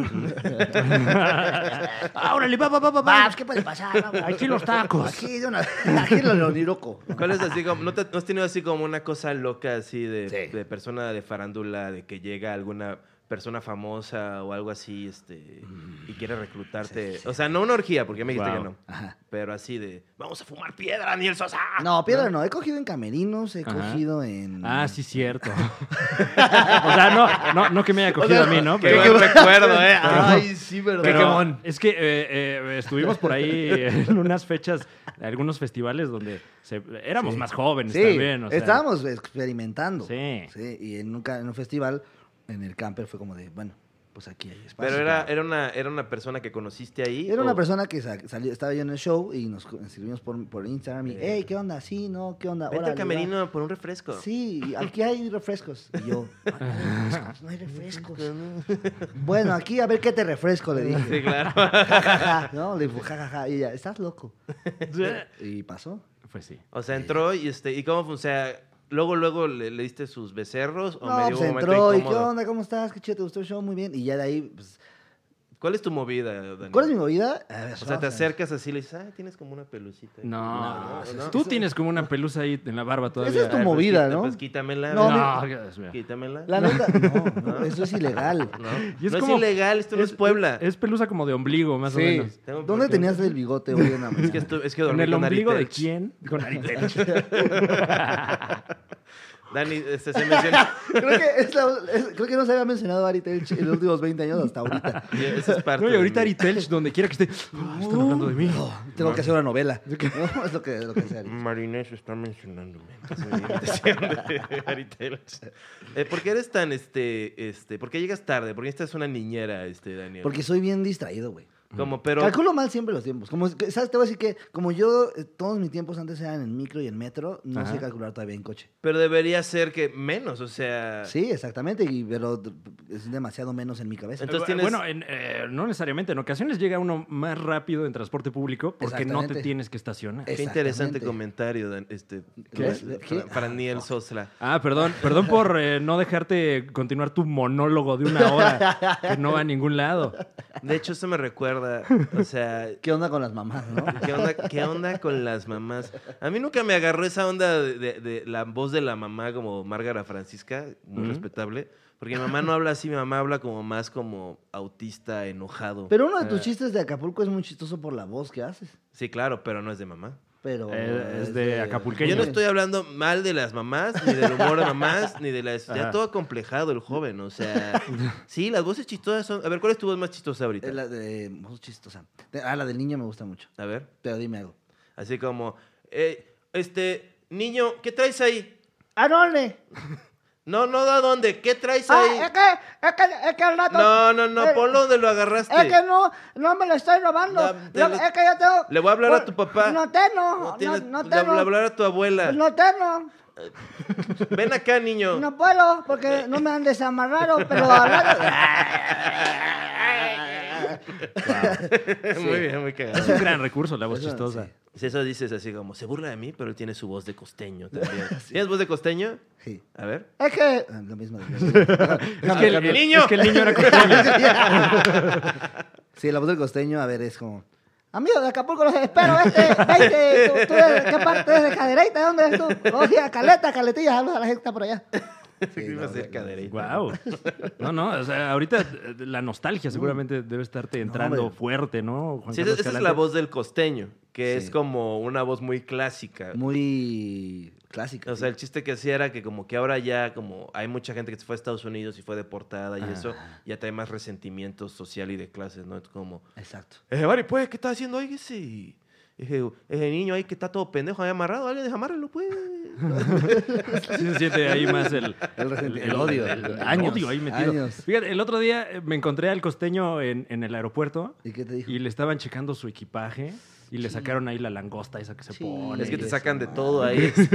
B: ¡Ah, órale, va, va, va, va, va!
C: Vamos, ¿qué puede pasar? Vamos.
B: Aquí los tacos.
C: Aquí de una. Aquí lo leoniroco.
A: ¿Cuál es así como, no, te- no has tenido así como una cosa loca así de,
C: Sí.
A: de persona de farándula, de que llega alguna persona famosa o algo así, este,
C: Mm,
A: y quiere reclutarte? O sea, no una orgía, porque ya me dijiste
B: Wow.
A: que no.
C: Ajá.
A: Pero así de, vamos a fumar piedra, Daniel Sosa.
C: No, piedra no. He cogido en camerinos, he
B: Ajá.
C: cogido en.
B: Ah, sí, cierto. o sea, no, no, no que me haya cogido a mí, ¿no?
A: Qué
B: Pero-
A: buen recuerdo, ¿eh? Ay,
C: sí, verdad.
B: Pero es que eh, eh, estuvimos por ahí en unas fechas, algunos festivales donde se- éramos más jóvenes
C: Sí,
B: también. o sea.
C: estábamos experimentando.
B: Sí.
C: Y en un, ca- en un festival, en el camper, fue como de, bueno, pues aquí hay espacio.
A: Pero era,
C: Claro.
A: era, una, era una persona que conociste ahí.
C: Era una
A: o-
C: persona que sa- salió, estaba yo en el show y nos co- escribimos por, por Instagram y,
A: Eh.
C: hey, ¿qué onda? Sí, no, ¿qué onda?
A: Vente
C: Órale,
A: al
C: va".
A: camerino por un refresco.
C: Sí, y aquí hay refrescos. Y yo, "Ah, no hay refrescos. Bueno, aquí a ver qué te refresco, le dije.
A: Sí, claro.
C: Ja, ja, ja. No, le dijo, jajaja. Y ella, estás loco. Y pasó.
B: Pues sí.
A: O sea, entró y este, ¿y cómo funciona? O sea, luego, luego le, le diste sus becerros o
C: No,
A: me dio
C: pues
A: un momento
C: entró y qué
A: incómodo?
C: onda, ¿cómo estás? Qué chido, ¿te gustó el show? Muy bien. Y ya de ahí, pues,
A: ¿Cuál es tu movida, Daniel?
C: ¿cuál es mi movida? A ver,
A: O sea, te
C: vamos a-
A: acercas así y le dices, ah, tienes como este, una pelucita.
B: No,
A: No, no.
B: tú tienes como una pelusa ahí en la barba todavía.
C: Esa es Pues, tu
A: Pues
C: movida,
A: quita-
C: ¿no?
A: Pues quítamela.
C: No,
A: güey.
B: No, Dios mío.
A: Quítamela.
C: La neta, no, no, eso es ilegal.
A: No,
B: Y es
A: No es
B: como-
A: ilegal, esto no es Puebla.
B: Es pelusa como de ombligo, más o menos.
A: Tengo por
C: ¿Dónde
A: qué-
C: tenías el bigote hoy en la
A: Es que,
C: mañana?
A: estu- es que
B: ¿En
A: dormí
B: el
A: con
B: ombligo de
A: Aritex.
B: quién? Con Aritex.
A: Dani, este, se menciona.
C: Creo que, es la- es- creo que no se había mencionado a Ari Telch en los últimos 20 años hasta ahorita.
A: Y Esa es parte.
B: No, y
A: de mí.
B: ahorita Aritelch, donde quiera que esté. "Ah, están hablando de mí. Mm.
C: Tengo que hacer una novela. ¿no? Es lo que, lo que hace Ari.
A: Marinés está mencionándome. Entonces, me dio impresión de Aritex. Eh, ¿Por qué eres tan, este, este, por qué llegas tarde? Porque esta es una niñera, este, Daniel.
C: Porque soy bien distraído, güey.
A: como, pero,
C: Calculo mal siempre los tiempos. Como, ¿Sabes? Te voy a decir que como yo, eh, todos mis tiempos antes eran en micro y en metro, no
B: Ajá.
C: sé calcular todavía en coche.
A: pero debería ser que menos, o
B: Ah.
A: sea.
C: Sí, exactamente, y, pero es demasiado menos en mi cabeza.
A: Entonces
B: Eh,
A: tienes-
B: Bueno, en, eh, no necesariamente. En ocasiones llega uno más rápido en transporte público porque no te
C: Exactamente. Eh.
B: tienes que estacionar.
A: Qué
C: Exactamente.
A: interesante comentario, Dan- este,
C: ¿Qué? ¿Qué?
A: para Niel Sosla.
B: Ah, perdón, perdón por eh, no dejarte continuar tu monólogo de una hora que no va a ningún lado.
A: De hecho, eso me recuerda, o sea,
C: ¿Qué onda con las mamás, no?
A: ¿qué onda, qué onda con las mamás? A mí nunca me agarró esa onda de, de- de la voz de la mamá como Márgara Francisca, muy
B: Ujú.
A: respetable, porque mi mamá no habla así, mi mamá habla como más como autista, enojado. Ah,
C: Pero uno de
B: Eh.
C: tus chistes de Acapulco es muy chistoso por la voz que haces.
A: sí, claro, pero no es de mamá.
C: Pero
B: Eh, es de acapulqueño.
A: Yo no estoy hablando mal de las mamás, ni del humor de mamás, ni de la...
B: Ajá.
A: Está todo complejado el joven, o sea... Sí, las voces chistosas son... A ver, ¿cuál es tu voz más chistosa ahorita?
C: Es la de voz chistosa. De- Ah, la del niño me gusta mucho.
A: A ver.
C: Pero dime algo.
A: Así como, eh, este, niño, ¿qué traes ahí?
C: ¡Ah, no, ne!
A: No, no, ¿a dónde? ¿Qué traes ahí?
C: eh,
E: Ah, es que, es que, es que el rato.
A: No, no, no,
E: eh,
A: ponlo donde lo agarraste.
E: Es que no, no me lo estoy robando.
A: No, te
E: Lo-
A: lo-
E: es que yo tengo.
A: Le voy a hablar a tu papá.
E: No te no, no,
A: tienes-
E: no te
A: le-
E: no.
A: le hablar a tu abuela.
E: No te no.
A: Ven acá, niño.
E: No puedo
A: Eh.
E: porque no me han desamarrado, pero hablando.
A: muy bien, muy cagado.
B: Es un gran recurso la voz
C: Eso,
B: chistosa.
C: sí.
A: Si eso dices así como, se burla de mí, pero él tiene su voz de costeño también. ¿Tienes voz de costeño?
C: Sí.
A: A ver.
E: Es que
C: Ah, Lo mismo. de-
B: Es que el,
A: cambia.
B: el-
A: ¡Niño!
B: es que el niño era costeño.
C: sí, la voz del costeño, a ver, es como...
E: Amigo de Acapulco, los espero. Este, veinte, ¿tú, tú de qué parte eres? ¿De Cadereyta? ¿De dónde eres tú? Oh, sí, a Caleta, Caletilla, saludos a la gente por
C: Ah,
E: allá.
A: Sí,
C: no,
A: va a ser
C: no,
A: caderita.
B: Wow. No, no, o sea, ahorita eh, la nostalgia seguramente debe estarte entrando
C: hombre.
B: fuerte, ¿no? Juan
A: Sí, esa,
B: Carlos
A: esa es
B: Escalante?
A: la voz del costeño, que
C: Sí.
A: es como una voz muy clásica.
C: Muy clásica.
A: O sea,
C: sí.
A: el chiste que hacía era que como que ahora ya como hay mucha gente que se fue a Estados Unidos y fue deportada y eso, ya trae más resentimiento social y de clases, ¿no? Es como,
C: Exacto.
A: eh, Mari, pues, ¿qué está haciendo ahí ese, ese, ese niño ahí que está todo pendejo ahí amarrado? Alguien desamárralo, pues.
B: Sí se siente ahí más el,
C: El resenti- el odio,
B: el- el
C: años,
B: odio ahí metido.
C: años.
B: Fíjate, el otro día eh, me encontré al costeño en, en el aeropuerto
C: ¿Y qué te dijo?
B: y le estaban checando su equipaje y le sacaron ahí la langosta esa que se
C: Sí.
B: pone.
A: es que te
C: eso,
A: sacan de
C: man.
A: todo ahí.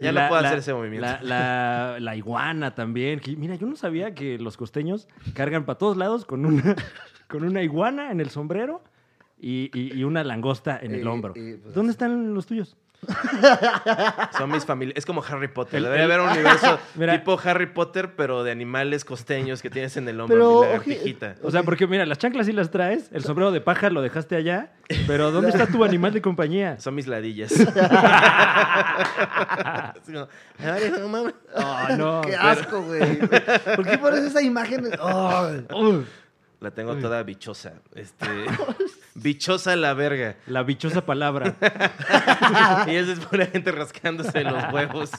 A: Ya no
B: La-
A: puedo
B: la-
A: hacer ese movimiento.
B: La, la- la iguana también. que- mira, yo no sabía que los costeños cargan para todos lados con una, con una iguana en el sombrero y, y- y una langosta en el
C: Y-
B: hombro.
C: y, pues,
B: ¿Dónde están los tuyos?
A: Son mis familias. Es como Harry Potter.
B: El-
A: Debería
B: el- ah,
A: haber un universo
B: Mira.
A: tipo Harry Potter, pero de animales costeños que tienes en el hombro.
C: Pero,
A: mi
C: oye,
A: lagartijita.
B: O sea, porque mira, las chanclas sí las traes, el sombrero de paja lo dejaste allá, pero ¿dónde está tu animal de compañía?
A: Son mis ladillas. Así como, "Ay, no mames".
B: Oh, no.
C: ¡Qué asco, güey! ¿Por qué pones esa imagen? ¡Ay!
B: Ugh,
A: La tengo toda bichosa. Este, bichosa la verga.
B: la bichosa palabra.
A: Y eso es pura gente rascándose los huevos.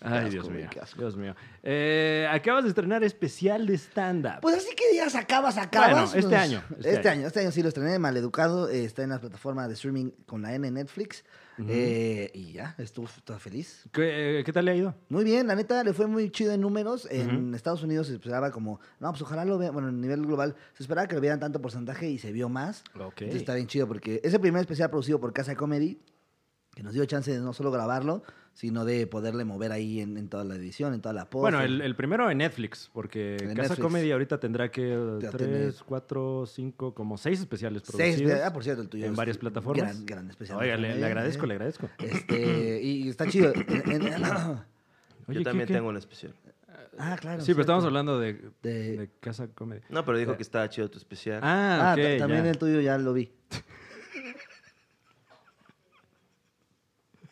B: Ay,
C: asco,
B: Dios
C: güey,
B: mío.
C: qué asco.
B: Dios mío. Eh, acabas de estrenar especial de stand-up.
C: Pues así que digas, acabas, acabas.
B: Bueno, este
C: pues,
B: año, este
C: Este
B: año.
C: año, este año sí lo estrené, Maleducado. eh, está en la plataforma de streaming con la N Netflix. Eh, y ya, estuvo estaba feliz.
B: ¿Qué, qué tal le ha ido?
C: Muy bien, la neta le fue muy chido en números. En Estados Unidos se esperaba como, no, pues ojalá lo vean, bueno, a nivel global, se esperaba que lo vieran tanto porcentaje y se vio más.
B: Ok.
C: Entonces está bien chido porque ese primer especial producido por Casa Comedy, que nos dio chance de no solo grabarlo, sino de poderle mover ahí en, en toda la edición, en toda la post.
B: Bueno, el, el primero en Netflix, porque
C: En
B: Casa
C: Netflix.
B: Comedy ahorita tendrá que
C: Ya
B: 3,
C: tenés.
B: 4, 5, como 6 especiales
C: Seis,
B: producidos.
C: ah, por cierto, el tuyo.
B: en
C: es
B: varias
C: un
B: plataformas.
C: Gran, gran especial.
B: Oiga, le, le
C: Eh,
B: agradezco, le agradezco.
C: Este, y está chido. En- en-
B: Oye,
A: Yo
B: ¿qué-
A: también
B: qué?
A: tengo un especial.
C: ah, claro.
B: Sí, pero
C: cierto.
B: estamos hablando de,
C: De-
B: de Casa Comedy.
A: No, pero dijo que estaba chido tu especial.
B: Ah,
C: Ah,
B: ok.
C: ta- también
B: ya.
C: el tuyo ya lo vi.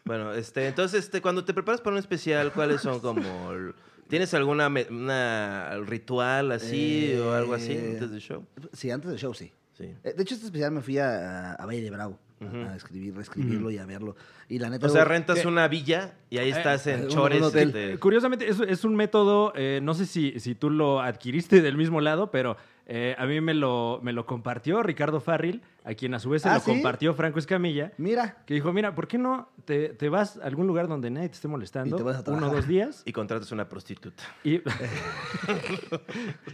A: Bueno, este, entonces, este, cuando te preparas para un especial, ¿cuáles son como... el- ¿Tienes alguna me- una- ritual así o algo así
C: Eh,
A: antes del show?
C: Sí, antes del show, sí.
A: Sí.
C: Eh, De hecho, este especial me fui a, a Valle de Bravo a- a escribir, reescribirlo y a verlo. Y la neta.
A: O sea,
C: güey,
A: rentas una villa y ahí estás
C: eh,
A: en
C: un-
A: chores.
C: un hotel.
A: este,
B: Curiosamente, es, es un método, eh, no sé si, si tú lo adquiriste del mismo lado, pero eh, a mí me lo, me lo compartió Ricardo Farril, a quien a su vez se
C: ¿Ah,
B: lo
C: sí?
B: compartió Franco Escamilla,
C: Mira.
B: que dijo, mira, ¿por qué no te, te vas a algún lugar donde nadie te esté molestando?
C: Y te vas a
B: uno o
C: trabajar.
B: dos días.
A: Y contratas una prostituta.
B: Y,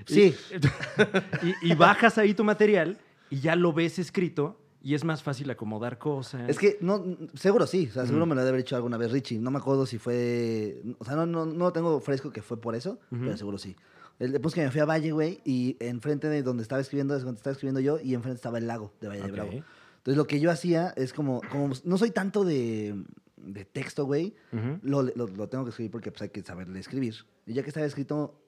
C: Sí.
B: y, y bajas ahí tu material y ya lo ves escrito y es más fácil acomodar cosas.
C: Es que no, seguro sí, o sea, seguro me lo debe haber hecho alguna vez Richie. No me acuerdo si fue. O sea, no, no, no lo tengo fresco que fue por eso, pero seguro sí. El, después que me fui a Valle, güey, y enfrente de donde estaba escribiendo, es donde estaba escribiendo yo, y enfrente estaba el lago de Valle
B: Ok.
C: de eh, Bravo. Entonces lo que yo hacía es como. como no soy tanto de, de texto, güey.
B: Ujú.
C: lo, lo- lo tengo que escribir porque pues, hay que saberle escribir. Y ya que estaba escrito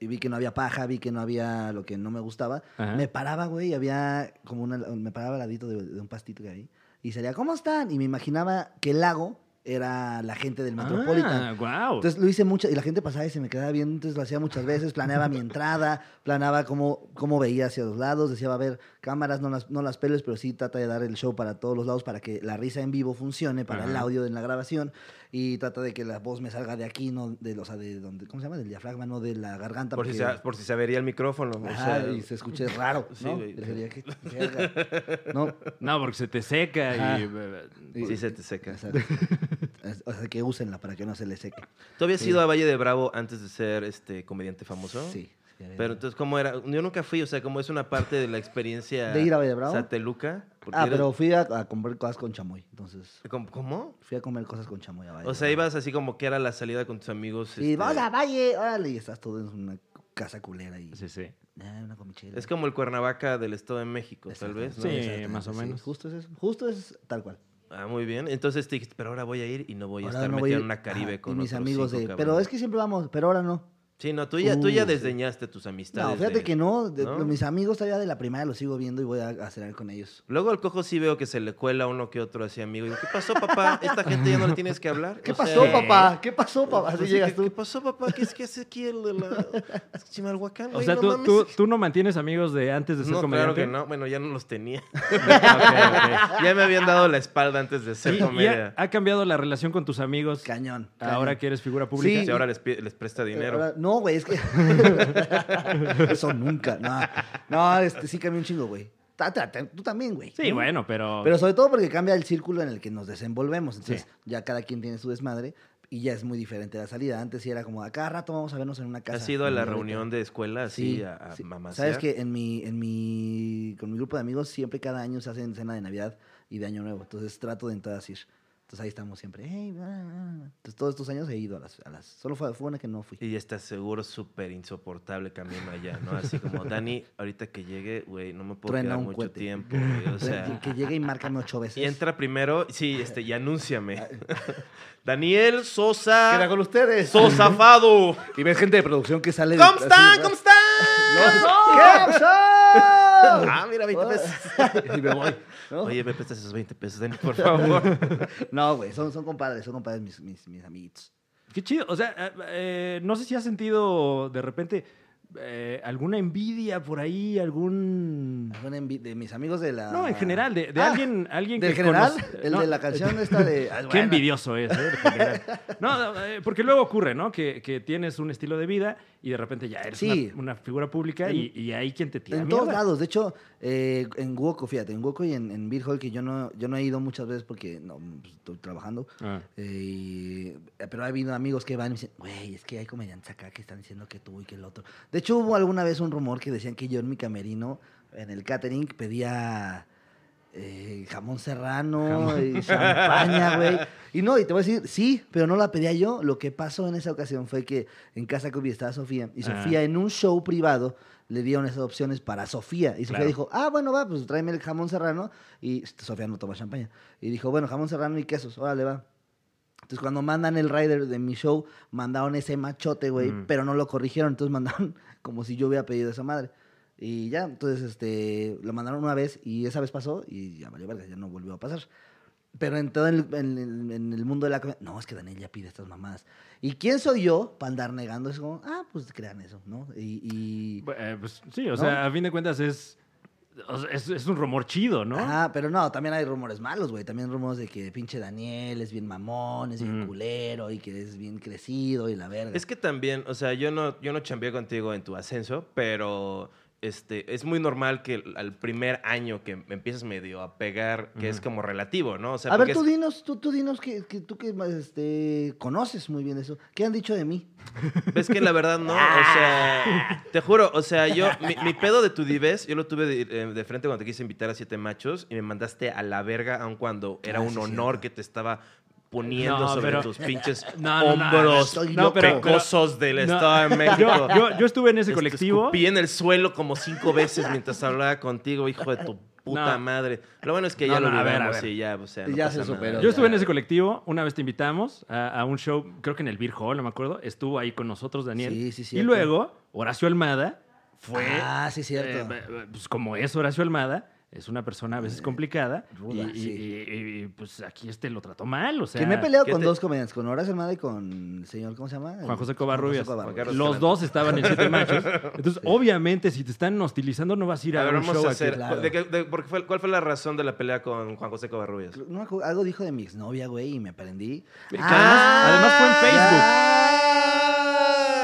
C: y vi que no había paja, vi que no había lo que no me gustaba,
B: Ajá.
C: me paraba, güey, y había como una, me paraba al ladito de, de un pastito que había y salía, ¿cómo están? Y me imaginaba que el lago era la gente del
B: Ah,
C: Metropolitan.
B: guau.
A: Pues.
C: Entonces lo hice mucho y la gente pasaba y se me quedaba viendo, entonces lo hacía muchas veces, planeaba mi entrada, planeaba cómo, cómo veía hacia los lados, decía, va a haber cámaras, no las, no las peles, pero sí trata de dar el show para todos los lados para que la risa en vivo funcione, para el
B: Ajá.
C: audio en la grabación y trata de que la voz me salga de aquí, no de, o sea, de donde, ¿cómo se llama? Del diafragma, no de la garganta.
A: Por si,
C: porque-
A: se, por si se avería el micrófono. o
C: Ajá,
A: sea,
C: y se escuche raro,
A: Sí,
C: ¿no?
A: güey.
C: Y sería que- verga. No,
B: No, porque se te seca
C: Ajá.
B: y... eh,
A: sí se te seca.
C: exacto. O sea, que úsenla para que no se le seque.
A: ¿Tú habías ido a Valle de Bravo antes de ser este comediante famoso?
C: Sí. sí, a ver.
A: Pero entonces, ¿cómo era? Yo nunca fui, o sea, como es una parte de la experiencia.
C: ¿De ir a Valle de Bravo?
A: Sateluca. porque
C: ah,
A: era-
C: pero fui a, a comprar cosas con chamoy, entonces
A: ¿Cómo? cómo?
C: fui a comer cosas con chamoy a Valle
A: O sea,
C: de Bravo.
A: ibas así como que era la salida con tus amigos.
C: Y
A: este,
C: vamos a Valle, órale, y estás todo en una casa culera y
B: Sí, sí.
C: ah, una comichela.
A: Es como el Cuernavaca del Estado de México, tal
C: Exacto.
A: vez, ¿no?
B: Sí.
C: Exactamente,
B: más o menos.
C: Justo es eso, justo es tal cual.
A: Ah, muy bien. Entonces te dijiste, pero ahora voy a ir y no voy a
C: Ahora
A: estar
C: no voy
A: metido
C: a ir-
A: en una Caribe
C: Ajá,
A: con
C: y mis
A: otros
C: amigos
A: cinco
C: de, pero
A: cabrones".
C: es que siempre vamos, pero ahora no.
A: Sí, no, tú ya, tú ya
C: Uh, sí.
A: desdeñaste tus amistades.
C: No, fíjate
A: de-
C: que no, de-
A: ¿no?
C: mis amigos todavía de la primaria los sigo viendo y voy a, a cenar con ellos.
A: Luego al cojo sí veo que se le cuela uno que otro así, amigo. Digo, ¿Qué pasó, papá? Esta gente ya no le tienes que hablar.
C: ¿Qué
A: O
C: pasó,
A: sea,
C: papá? ¿Qué pasó, papá? Así
A: pues sí,
C: llegas
A: ¿qué,
C: tú.
A: ¿Qué pasó, papá? ¿Qué es que hace aquí el de la es que Chimalhuacán?
B: O
A: güey,
B: sea,
A: no
B: tú,
A: mames.
B: tú, tú no mantienes amigos de antes de ser
A: No, claro
B: comediante.
A: que no. Bueno, ya no los tenía.
B: Ok, ok.
A: ya me habían dado la espalda antes de ser
B: Y- y ha,
A: comedia.
B: ha cambiado la relación con tus amigos
C: Cañón.
B: ahora
C: cañón.
B: que eres figura pública.
A: Sí, ahora les, pi- les presta dinero.
C: Ahora- no, güey, es que. Eso nunca. No, no este, sí cambió un chingo, güey. Ta- ta- ta- Tú también, güey.
B: Sí, bueno, pero...
C: Pero sobre todo porque cambia el círculo en el que nos desenvolvemos. Entonces,
B: Sí.
C: ya cada quien tiene su desmadre y ya es muy diferente la salida. Antes sí era como a cada rato vamos a vernos en una casa.
A: ¿Has ido a la
C: Ahorita-
A: reunión de escuela así a, a
C: sí.
A: mamasear?
C: Sabes que en mi, en mi, con mi grupo de amigos siempre cada año se hacen cena de Navidad y de Año Nuevo. Entonces trato de en todas ir. Entonces ahí estamos siempre. "Hey, bla, bla, bla". Entonces todos estos años he ido a las, a las solo fue, fue una que no fui.
A: Y ya estás seguro súper insoportable camino allá, ¿no? Así como, Dani, ahorita que llegue, güey, no me puedo
C: Truena
A: quedar
C: un
A: mucho
C: cohete.
A: tiempo, güey. O
C: Entonces,
A: sea,
C: que llegue y márcame ocho veces.
A: y entra primero, sí, este, y anúnciame. Daniel Sosa
C: con ustedes.
A: Sosafado.
C: Y ves gente de producción que sale.
A: ¿Cómo
C: así,
A: están?
C: ¿verdad?
A: ¿Cómo están?
C: ¿Qué pasó?
A: Ah, mira, 20 pesos.
C: y me voy. ¿no?
A: Oye, me prestas esos 20 pesos, Dani, por favor.
C: No, güey, son, son compadres, son compadres mis, mis, mis amiguitos.
B: Qué chido. O sea, eh, eh, no sé si has sentido de repente eh, alguna envidia por ahí, algún...
C: Son envi- De mis amigos de la.
B: No, en general, de, de
C: Ah,
B: alguien, alguien
C: ¿Del
B: que
C: general?
B: conoce-
C: El
B: no,
C: de la canción esta de. Ah,
B: Qué
C: bueno.
B: envidioso es, ¿eh? En general. No, no, eh, porque luego ocurre, ¿no? Que, que tienes un estilo de vida y de repente ya eres
C: Sí.
B: una, una figura pública y, y hay quien te tira
C: En todos
B: mierda.
C: lados, de hecho, eh, en Woco, fíjate, en Woco y en, en Beer Hall, que yo no, yo no he ido muchas veces porque no, pues, estoy trabajando,
B: Ah.
C: eh, y- pero ha habido amigos que van y me dicen, güey, es que hay comediantes acá que están diciendo que tú y que el otro. De hecho, hubo alguna vez un rumor que decían que yo en mi camerino, en el catering, pedía eh, jamón serrano y champaña, güey. Y no, y te voy a decir, sí, pero no la pedía yo. Lo que pasó en esa ocasión fue que en Casa Copia estaba Sofía y
B: Ah.
C: Sofía en un show privado le dieron esas opciones para Sofía. Y Sofía
B: Claro.
C: dijo, ah, bueno, va, pues tráeme el jamón serrano. Y Sofía no toma champaña. Y dijo, bueno, jamón serrano y quesos, órale, va. Entonces, cuando mandan el rider de mi show, mandaron ese machote, güey,
B: Mm.
C: pero no lo corrigieron. Entonces, mandaron como si yo hubiera pedido esa madre. Y ya, entonces, este, lo mandaron una vez y esa vez pasó y ya valió verga, ya no volvió a pasar. Pero en todo el, en, el- en el mundo de la comedia, no, es que Daniel ya pide estas mamadas. ¿Y quién soy yo para andar negando? Es como, ah, pues crean eso, ¿no? Y, y-
B: Bu- eh, pues, sí, o sea, a fin de cuentas es, o sea, es, es un rumor chido, ¿no?
C: Ajá, ah, pero no, también hay rumores malos, güey. También rumores de que pinche Daniel es bien mamón, es bien
B: Ujú.
C: culero y que es bien crecido y la verga.
A: Es que también, o sea, yo no, yo no chambeé contigo en tu ascenso, pero este, es muy normal que el- al primer año que empiezas medio a pegar, que es como relativo, ¿no? O sea,
C: a ver,
A: porque
C: tú
A: es-
C: dinos, tú, tú dinos que, que tú que este, conoces muy bien eso. ¿Qué han dicho de mí?
A: ves que la verdad no, o sea, te juro, o sea, yo, mi, mi pedo de tu divés, yo lo tuve de, eh, de frente cuando te quise invitar a Siete Machos y me mandaste a la verga, aun cuando era
C: Ah,
A: un
C: sí,
A: honor
C: cierto.
A: que te estaba poniendo
B: No,
A: sobre
B: pero-
A: tus pinches
B: No, no, no,
A: hombros
C: estoy
B: No, pero- pero-
A: pecosos del
B: no.
A: Estado de México.
B: Yo, yo- yo estuve en ese
A: Este,
B: colectivo.
A: Escupí en el suelo como cinco veces mientras hablaba contigo, hijo de tu puta
B: No.
A: madre. Lo bueno es que
B: No,
A: ya
B: no,
A: lo
B: a ver, a
A: olvidamos
B: ver.
A: y ya, o sea, no
C: Ya
A: pasa
C: se
A: nada.
C: superó.
B: Yo estuve en ese colectivo, una vez te invitamos a, a un show, creo que en el Beer Hall, no me acuerdo, estuvo ahí con nosotros Daniel.
C: Sí, sí,
B: y
C: cierto.
B: luego Horacio Almada fue,
C: ah, sí, cierto. Eh,
B: eh, eh, pues como es Horacio Almada, es una persona a veces complicada
C: ruda,
B: y, y-
C: sí.
B: y- y, pues aquí este lo trató mal, o sea,
C: que me he peleado
A: ¿qué
C: con
A: te-
C: dos comediantes, con Horacio Armada y con el señor, ¿cómo se llama?
B: Juan José Covarrubias.
C: Juan José
A: Juan Carlos
B: los
A: Escalante.
B: dos estaban en siete machos. Entonces, obviamente, si te están hostilizando, no vas a ir a,
A: A ver,
B: un
A: vamos
B: show
A: a
B: aquí.
A: hacer.
C: claro.
A: ¿de qué- de- por qué fue- ¿Cuál fue la razón de la pelea con Juan José Covarrubias?
C: No me acuerdo, algo dijo de mi exnovia, güey, y me prendí.
B: Que además- además fue en Facebook.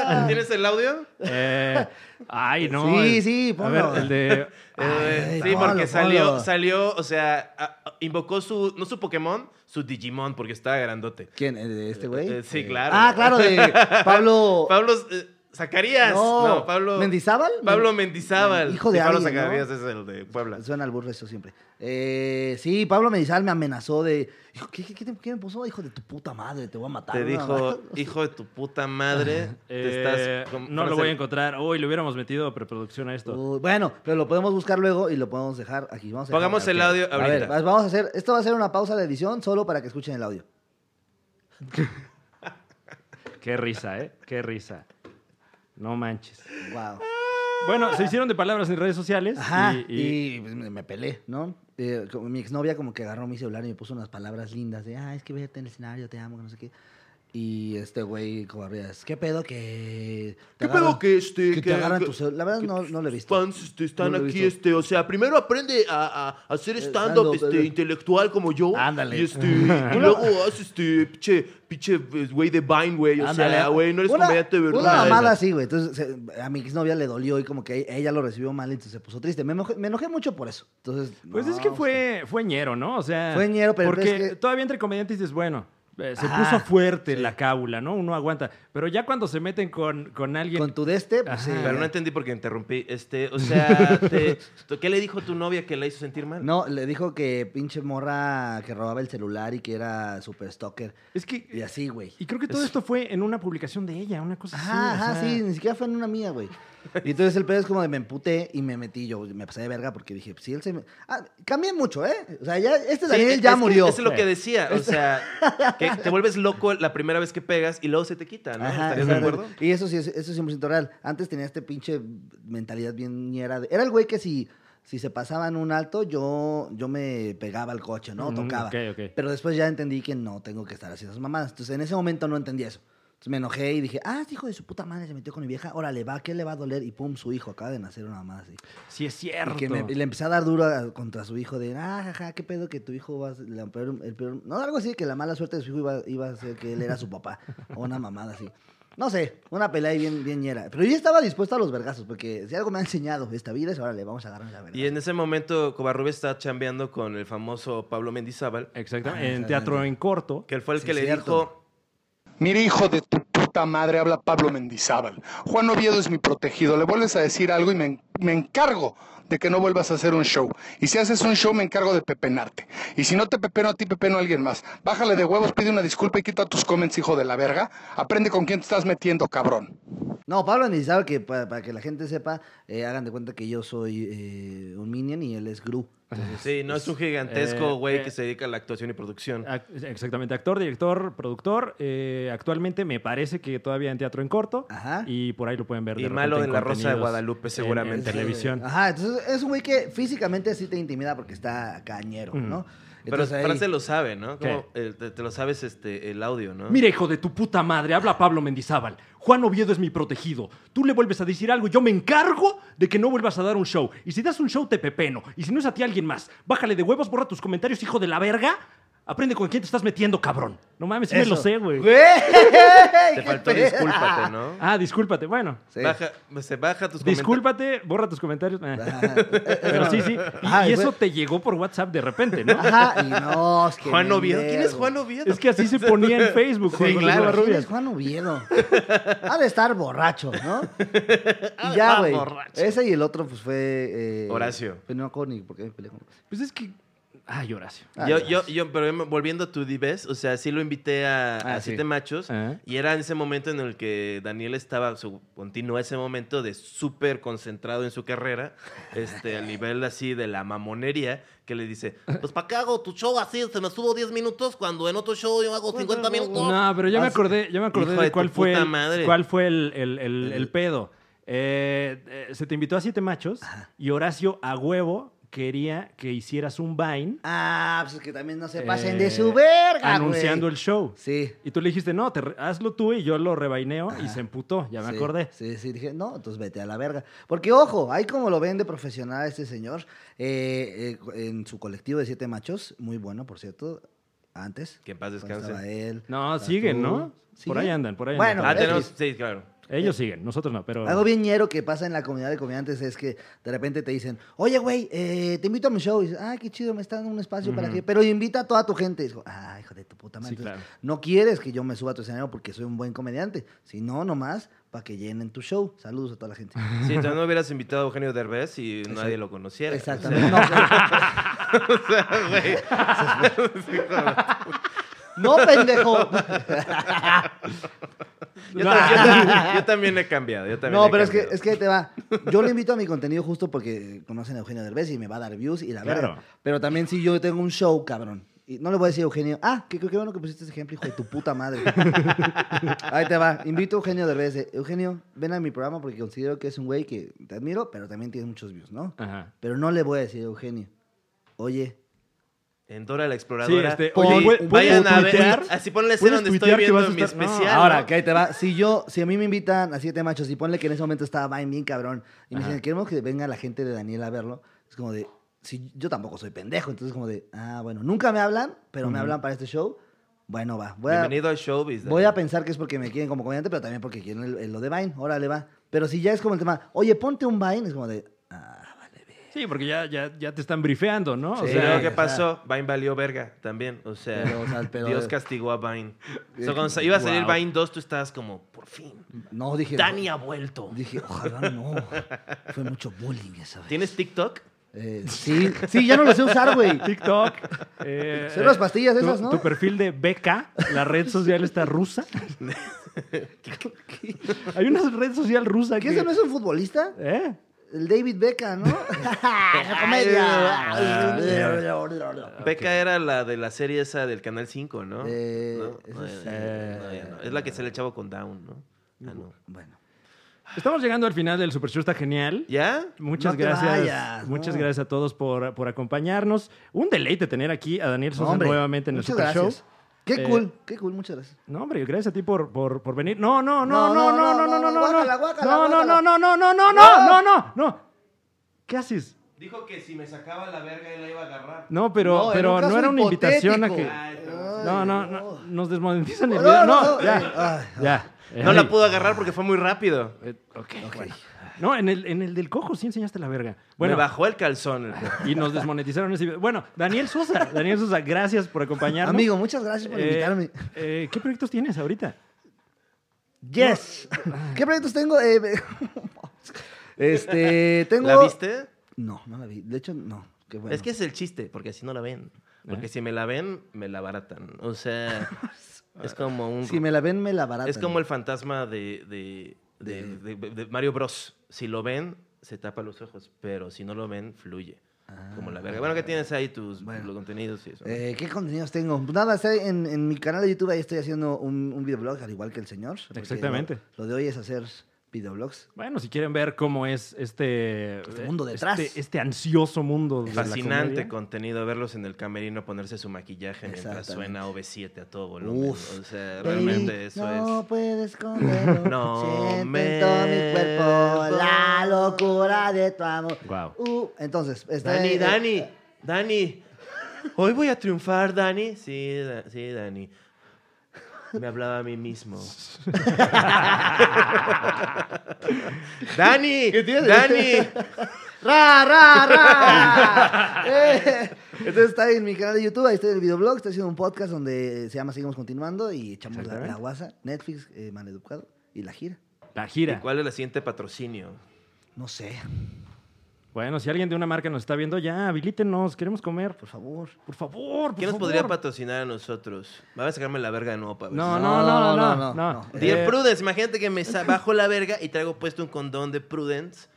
A: Ah. ¿Tienes el audio?
B: Eh, ay, no.
C: Sí,
B: el-
C: sí,
B: A
C: ponlo.
B: ver, el de.
A: Eh,
C: Ay,
A: sí,
C: ponlo,
A: porque salió,
C: ponlo.
A: salió, o sea, a- a- invocó su, no su Pokémon, su Digimon, porque estaba grandote.
C: ¿Quién? ¿El de este güey?
A: Eh, sí, claro.
C: Ah, claro, de Pablo...
A: Pablo eh, Zacarías. No, Pablo.
C: ¿Mendizábal?
A: Pablo Mendizábal.
C: Hijo de
A: Sí, Pablo
C: alguien, ¿no?
A: Zacarías es el de Puebla.
C: Suena al burro eso siempre. Eh, sí, Pablo Mendizábal me amenazó de... Hijo, ¿qué, qué, qué te- qué me puso? Hijo de tu puta madre, te voy a matar.
A: Te
C: ¿no?
A: dijo, hijo de tu puta madre, te
B: eh,
A: estás... con-
B: no lo voy a
A: frase-
B: encontrar. Uy, le hubiéramos metido preproducción a esto.
C: Uy, bueno, pero lo podemos buscar luego y lo podemos dejar aquí. Vamos a dejar-
A: Pongamos el
C: ok.
A: audio
C: A ver,
A: ahorita.
C: vas- vamos a hacer... Esto va a ser una pausa de edición solo para que escuchen el audio.
B: Qué risa, ¿eh? Qué risa. No manches.
C: Wow.
B: Bueno, se hicieron de palabras en redes sociales.
C: Ajá,
B: y-
C: y,
B: y-
C: pues, me, me pelé, ¿no? Eh, como mi exnovia como que agarró mi celular y me puso unas palabras lindas de, ah, es que vete en el escenario, te amo, que no sé qué. Y este güey, Covarrubias, ¿qué pedo que... te
F: ¿Qué pedo
C: agarran-
F: que este?
C: Que te agarran tu celular. La verdad
F: que
C: no,
F: tus
C: no lo he visto.
F: Fans este, están
C: No lo he
F: aquí,
C: visto.
F: este, o sea, primero aprende a, a hacer stand-up
C: stand-up,
F: este,
C: eh.
F: intelectual como yo.
C: Ándale.
F: Y este, y luego haz este, pinche, pinche,
A: pues,
F: eh, güey de Vine, güey. O
C: Ándale.
F: sea, güey, no eres
C: Una-
F: comediante de verdad.
C: Una mamada así, güey. Entonces se- a mi exnovia le dolió y como que ella lo recibió mal, entonces se puso triste. Me enojé, me enojé mucho por eso. Entonces,
B: Pues es
C: no,
B: que fue, fue ñero, ¿no? O sea.
C: Fue ñero, pero
B: Porque
C: es que-
B: todavía entre comediantes dices, bueno, eh, se
C: Ajá,
B: puso fuerte
C: sí.
B: la cábula, ¿no? Uno aguanta. Pero ya cuando se meten con, con alguien.
C: Con tu de este, pues
B: Ajá.
C: sí.
A: Pero no entendí por qué interrumpí. Este, o sea, te- te- ¿qué le dijo tu novia que la hizo sentir mal?
C: No, le dijo que pinche morra que robaba el celular y que era super stalker.
B: Es que.
C: Y así, güey.
B: Y creo que todo esto fue en una publicación de ella, una cosa
C: Ajá,
B: así. o
C: ajá,
B: sea,
C: sí, ni siquiera fue en una mía, güey. Y entonces el pedo es como de me emputé y me metí yo, me pasé de verga porque dije, si él se me... Ah, cambié mucho, ¿eh? O sea, ya, este
A: Sí,
C: Daniel
A: es
C: ya
A: que
C: murió.
A: Eso es lo que decía. O sea, que te vuelves loco la primera vez que pegas y luego se te quita, ¿no?
C: Ajá,
A: ¿Estarías de
C: exacto.
A: acuerdo?
C: Y eso sí, es- eso es 100% real. Antes tenía este pinche mentalidad bien ñera. de- Era el güey que si, si se pasaban un alto, yo, yo me pegaba al coche, ¿no?
B: Mm,
C: Tocaba.
B: ok, ok.
C: Pero después ya entendí que no tengo que estar haciendo esas mamadas. Entonces en ese momento no entendí eso. Entonces me enojé y dije, ah, este hijo de su puta madre se metió con mi vieja, órale, va, ¿qué le va a doler? Y pum, su hijo acaba de nacer una más así.
B: Sí, es
C: Y,
B: cierto.
C: que me- y le empecé a dar duro a- contra su hijo de, ah, jaja, qué pedo que tu hijo va a ser la peor- el peor... No, algo así, que la mala suerte de su hijo iba, iba a ser que él era su papá. o una mamada así. No sé, una pelea ahí bien, bien ñera. Pero yo estaba dispuesto a los vergazos, porque si algo me ha enseñado esta vida es, órale, vamos a agarrar la verga.
A: Y en ese momento Covarrubias está chambeando con el famoso Pablo Mendizábal,
B: Exactamente.
C: Ah,
B: en teatro
C: exactamente.
B: en corto.
A: que él fue el
C: Sí,
A: que le
C: cierto.
A: dijo,
G: Mira, hijo de tu puta madre, habla Pablo Mendizábal. Juan Oviedo es mi protegido. Le vuelves a decir algo y me, en- me encargo de que no vuelvas a hacer un show. Y si haces un show, me encargo de pepenarte. Y si no te pepeno a ti, pepeno a alguien más. Bájale de huevos, pide una disculpa y quita tus comments, hijo de la verga. Aprende con quién te estás metiendo, cabrón.
C: No, Pablo necesitaba que pa- para, que la gente sepa, eh, hagan de cuenta que yo soy eh, un minion y él es Gru.
A: sí, no es un gigantesco
B: eh,
A: güey
B: eh. Ah,
A: que se dedica a la actuación y producción.
B: Ac- Exactamente, actor, director, productor. eh, actualmente me parece que todavía en teatro en corto.
C: Ajá.
B: Y por ahí lo pueden ver.
A: Y
B: repente
A: malo en La
B: contenidos
A: Rosa de Guadalupe,
B: en-
A: seguramente.
B: En, televisión.
C: Ajá, entonces es un güey que físicamente sí te intimida porque está cañero, ¿no?
A: Mm. Pero
C: Entonces ahí-
A: Fran se lo sabe, ¿no?
B: ¿Qué?
A: Como, eh, te, te lo sabes este, el audio, ¿no?
B: Mira, hijo de tu puta madre, habla Pablo Mendizábal. Juan Oviedo es mi protegido. Tú le vuelves a decir algo, yo me encargo de que no vuelvas a dar un show. Y si das un show, te pepeno. Y si no es a ti, alguien más. Bájale de huevos, borra tus comentarios, hijo de la verga. Aprende con quién te estás metiendo, cabrón. No mames, sí me
C: Eso.
B: lo sé, güey.
A: Te faltó discúlpate, ¿no?
B: Ah, discúlpate. Bueno,
C: Sí.
A: Baja, se baja tus
B: discúlpate, borra tus comentarios. Eh.
C: Ajá, eh, eh,
B: Pero
C: no.
B: sí, sí. Y,
C: Ajá,
B: y eso
C: güey.
B: te llegó por WhatsApp de repente, ¿no?
C: Ajá, y no, es que.
A: Juan
C: bien
A: Oviedo. ¿Quién es
C: vergo.
A: Juan Oviedo?
B: Es que así se ponía en Facebook, Juan
A: Sí,
B: José
A: claro.
C: ¿Quién
B: Covarrubias.
C: es Juan Oviedo? Ha de estar borracho, ¿no? Y ya,
A: Ah,
C: güey.
A: borracho.
C: Ese y el otro, pues fue. eh,
A: Horacio.
C: Pero no, Connie, porque me peleé con.
B: Pues es que. Ay, Horacio.
C: Ah,
A: yo,
C: ya.
A: yo, yo, pero em- volviendo a tu Dives, o sea, sí lo invité a,
C: Ah,
A: a
C: sí.
A: Siete Machos
B: Ah.
A: y era en ese momento en el que Daniel estaba, su, continuó ese momento de súper concentrado en su carrera, este, al nivel así de la mamonería, que le dice, pues ¿para qué hago tu show así? Se me subo 10 minutos cuando en otro show yo hago 50 minutos.
B: No, pero ya me
A: Ah, sí.
B: acordé, ya me acordé
A: Hijo
B: de
A: de
B: cuál
A: tu
B: fue,
A: puta
B: el,
A: madre.
B: cuál fue el, el- el- el
A: El-
B: pedo. Eh, eh, se te invitó a siete machos y Horacio a huevo quería que hicieras un Vine
C: Ah, pues es que también no se pasen
B: eh,
C: de su verga,
B: anunciando el show.
C: Sí.
B: Y tú le dijiste, no, te re- hazlo tú y yo lo rebaineo y se emputó, ya me
C: sí,
B: acordé.
C: Sí, sí, dije, no, entonces vete a la verga. Porque, ojo, ahí como lo ven de profesional este señor, eh, eh, en su colectivo de siete machos, muy bueno, por cierto, antes.
A: Que en paz
C: cuando
A: descanse.
C: Pues, estaba él,
B: No,
C: estás
B: siguen,
C: tú.
B: ¿no? Por
C: ¿Siguen?
B: ahí andan, por ahí
C: Bueno,
A: Ah,
B: andan.
A: tenemos, sí, claro.
B: Ellos siguen, nosotros no, pero...
C: Algo bien ñero que pasa en la comunidad de comediantes es que de repente te dicen, oye, güey, eh, te invito a mi show. Y dices, ah, qué chido, me están dando un espacio para que... Pero invita a toda tu gente. Y digo, ah, hijo de tu puta
B: Sí,
C: madre. Entonces,
B: claro.
C: No quieres que yo me suba a tu escenario porque soy un buen comediante. Si no, nomás para que llenen tu show. Saludos a toda la gente.
A: Si tú no hubieras invitado a Eugenio Derbez y
C: Exacto.
A: nadie lo conociera.
C: Exactamente. No, pero-
A: O sea, güey.
C: no, pendejo.
A: Yo, tam- yo tam- yo también he cambiado. Yo también
C: No,
A: he
C: pero es que,
A: cambiado.
C: es que ahí te va. Yo le invito a mi contenido justo porque conocen a Eugenio Derbez y me va a dar views y la
B: Claro.
C: verga. Pero también si yo tengo un show, cabrón. Y no le voy a decir a Eugenio, ah, qué, qué qué bueno que pusiste ese ejemplo, hijo de tu puta madre. Ahí te va. Invito a Eugenio Derbez. de, Eugenio, ven a mi programa porque considero que es un güey que te admiro, pero también tiene muchos views, ¿no?
B: Ajá.
C: Pero no le voy a decir a Eugenio, oye,
A: En Dora la Exploradora.
B: Sí, este,
C: Pon-
B: oye,
C: ¿puedo-
B: ¿puedo
A: Vayan a
B: tuitear?
A: ver. Así ponle escena
B: ¿Puedes
A: donde estoy
B: tuitear que
A: viendo
B: vas a
A: mi
B: estar- No,
A: especial.
C: Ahora,
A: ¿no?
C: que ahí te va. Si yo, si a mí me invitan a siete machos y ponle que en ese momento estaba Vine bien cabrón, y me dicen, queremos que venga la gente de Daniel a verlo, es como de, si yo tampoco soy pendejo, entonces como de, ah, bueno, nunca me hablan, pero me hablan para este show, bueno, va. Voy a,
A: Bienvenido al showbiz.
C: voy a
A: Daniel.
C: pensar que es porque me quieren como comediante, pero también porque quieren el- el- lo de Vine, órale, va. Pero si ya es como el tema, oye, ponte un Vine, es como de, ah, vale, ve.
B: Sí, porque ya, ya, ya te están brifeando, ¿no?
A: O
C: Sí.
A: sea,
C: o
A: ¿qué
C: sea-
A: pasó? Vine valió verga también. O sea,
C: Pero, o sea, pero-
A: Dios castigó a Vine. O sea, cuando sa- iba a salir
B: Wow.
A: Vine 2, tú estabas como, por fin.
C: No, dije,
A: Dani ha vuelto.
C: dije, ojalá no. Fue mucho bullying esa vez.
A: ¿Tienes TikTok?
C: Eh, sí, sí, ya no lo sé usar, güey.
B: TikTok. eh,
C: Son las pastillas
B: tu-
C: esas, ¿no?
B: Tu perfil de BK, la red social está rusa. Hay una red social rusa
C: ¿Qué
B: que...
C: ese no es un futbolista?
B: ¿Eh?
C: El David Beckham, ¿no? La comedia.
B: Ah,
A: Beca era la de la serie esa del Canal 5, ¿no?
C: Eh,
A: No,
C: esa
A: no,
C: sí.
A: ya no, ya no. Es la que sale el chavo con Down, ¿no? Ah, no.
C: bueno.
B: Estamos llegando al final del Super Show, está genial.
A: ¿Ya?
B: Muchas
C: No te
B: gracias.
C: vayas,
B: muchas
C: no.
B: gracias a todos por, por acompañarnos. Un deleite tener aquí a Daniel Sosa
C: Hombre,
B: nuevamente en el
C: muchas
B: Super
C: gracias.
B: Show.
C: Qué
B: Eh,
C: cool, qué cool, muchas gracias.
B: No, hombre, gracias a ti por, por, por venir. No, no, no, no,
C: No,
B: no, no, no, no, no, no,
C: guácala, guácala,
B: no, no, no, no,
C: guácala.
B: no, no, no, no, no,
C: No.
B: no, no. ¿Qué haces?
A: Dijo que si me sacaba la verga él la iba a agarrar.
B: No, pero,
C: No, en
B: pero
C: un
B: no
C: caso
B: era una invitación a que.
C: hipotético.
A: Ay, no.
B: No, no, no, nos desmonetizan el
C: No,
B: video.
C: no,
B: No,
C: no,
B: ya,
C: ay,
B: ya.
A: No
B: Ay.
A: la pudo agarrar porque fue muy rápido.
B: Eh, Ok, bueno. No, en el, en el del cojo sí enseñaste la verga. Bueno,
A: Me bajó el calzón.
B: y nos desmonetizaron ese video. Bueno, Daniel Sosa, Daniel Sosa, gracias por acompañarnos.
C: Amigo, muchas gracias por
B: Eh,
C: invitarme.
B: eh, ¿Qué proyectos tienes ahorita?
C: Yes. ¿Qué proyectos tengo? Eh, este, tengo...
A: ¿La viste?
C: No, no la vi. De hecho, no. Qué bueno.
A: Es que es el chiste, porque así no la ven. Porque
B: ¿Eh?
A: si me la ven, me la baratan. O sea, es como un...
C: si me la ven, me la barata.
A: Es como el fantasma de, de- de- de- de Mario Bros. Si lo ven, se tapa los ojos, pero si no lo ven, fluye. Como la verga. Bueno, ¿qué tienes ahí tus
C: Bueno.
A: los contenidos y eso?
C: Ah. Eh, ¿Qué contenidos tengo? Pues Nada, estoy en, en mi canal de YouTube ahí estoy haciendo un, un videoblog, al igual que el señor. porque
B: Exactamente.
C: Lo, lo de hoy es hacer videoblogs.
B: Bueno, si quieren ver cómo es este,
C: Este mundo detrás.
B: este, este ansioso mundo de la
A: Fascinante
B: comedia.
A: contenido, verlos en el camerino ponerse su maquillaje mientras
C: Exactamente.
A: suena OV7 a todo volumen.
C: Uf.
A: o sea,
C: Baby,
A: realmente eso
C: no
A: es.
C: puedes esconderlo.
A: No
C: Siento
A: me
C: en todo mi cuerpo la
A: voy.
C: locura de tu amor.
B: Guau.
C: Uh, entonces, este,
A: Dani,
C: eh,
A: Dani, Dani, hoy voy a triunfar, Dani. Sí, Da- sí, Dani. Me hablaba a mí mismo. Dani, Dani.
B: este?
C: ¡Ra, ra, ra! Eh, Entonces está en mi canal de YouTube, ahí estoy en el videoblog, estoy haciendo un podcast donde se llama Seguimos Continuando y echamos la, la
B: Exactamente.
C: guasa, Netflix, eh, Maleducado y la gira.
B: La gira.
A: ¿Cuál es la siguiente patrocinio?
C: No sé,
B: Bueno, si alguien de una marca nos está viendo, ya, habilítenos, queremos comer.
C: por favor.
B: Por favor, por
A: ¿Quién nos
B: favor.
A: podría patrocinar a nosotros? Va a sacarme la verga de nuevo, para ver.
B: No, no, no, no, no. no,
C: no, no.
A: Dear
B: Eh,
A: Prudence, imagínate que me sa- bajo la verga y traigo puesto un condón de Prudence.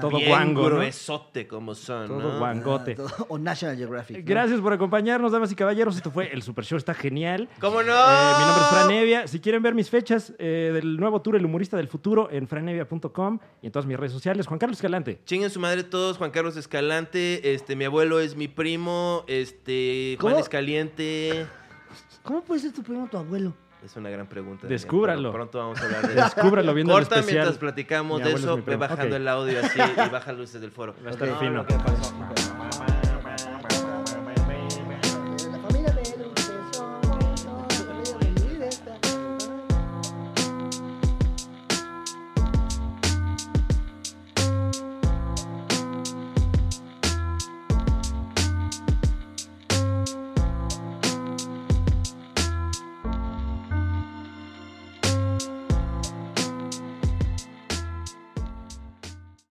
B: Todo
A: bien
B: guango, ¿no?
A: gruesote como son,
B: Todo
A: ¿no?
B: guangote.
C: Ah, Todo- o National Geographic. ¿no?
B: Gracias por acompañarnos, damas y caballeros. Esto fue El Super Show, está genial.
A: ¿Cómo no?
B: Eh, mi nombre es Fran Evia. Si quieren ver mis fechas eh, del nuevo tour El Humorista del Futuro en franevia.com y en todas mis redes sociales. Juan Carlos Escalante.
A: Chinguen su madre todos, Juan Carlos Escalante, este, mi abuelo es mi primo, este, Juan
C: ¿Cómo?
A: Escaliente.
E: ¿Cómo puede ser tu primo tu abuelo?
A: Es una gran pregunta. Daniel,
B: Descúbralo.
A: pero Pronto vamos a hablar de eso.
B: Descúbralo viendo el
A: Corta
B: especial.
A: mientras platicamos
B: Mi
A: de
B: abuelo es
A: eso,
B: mi
A: ve
B: primo.
A: bajando
B: Ok.
A: el audio así y baja luces del foro.
B: Va a estar
A: No,
B: fino.
A: lo que pasó.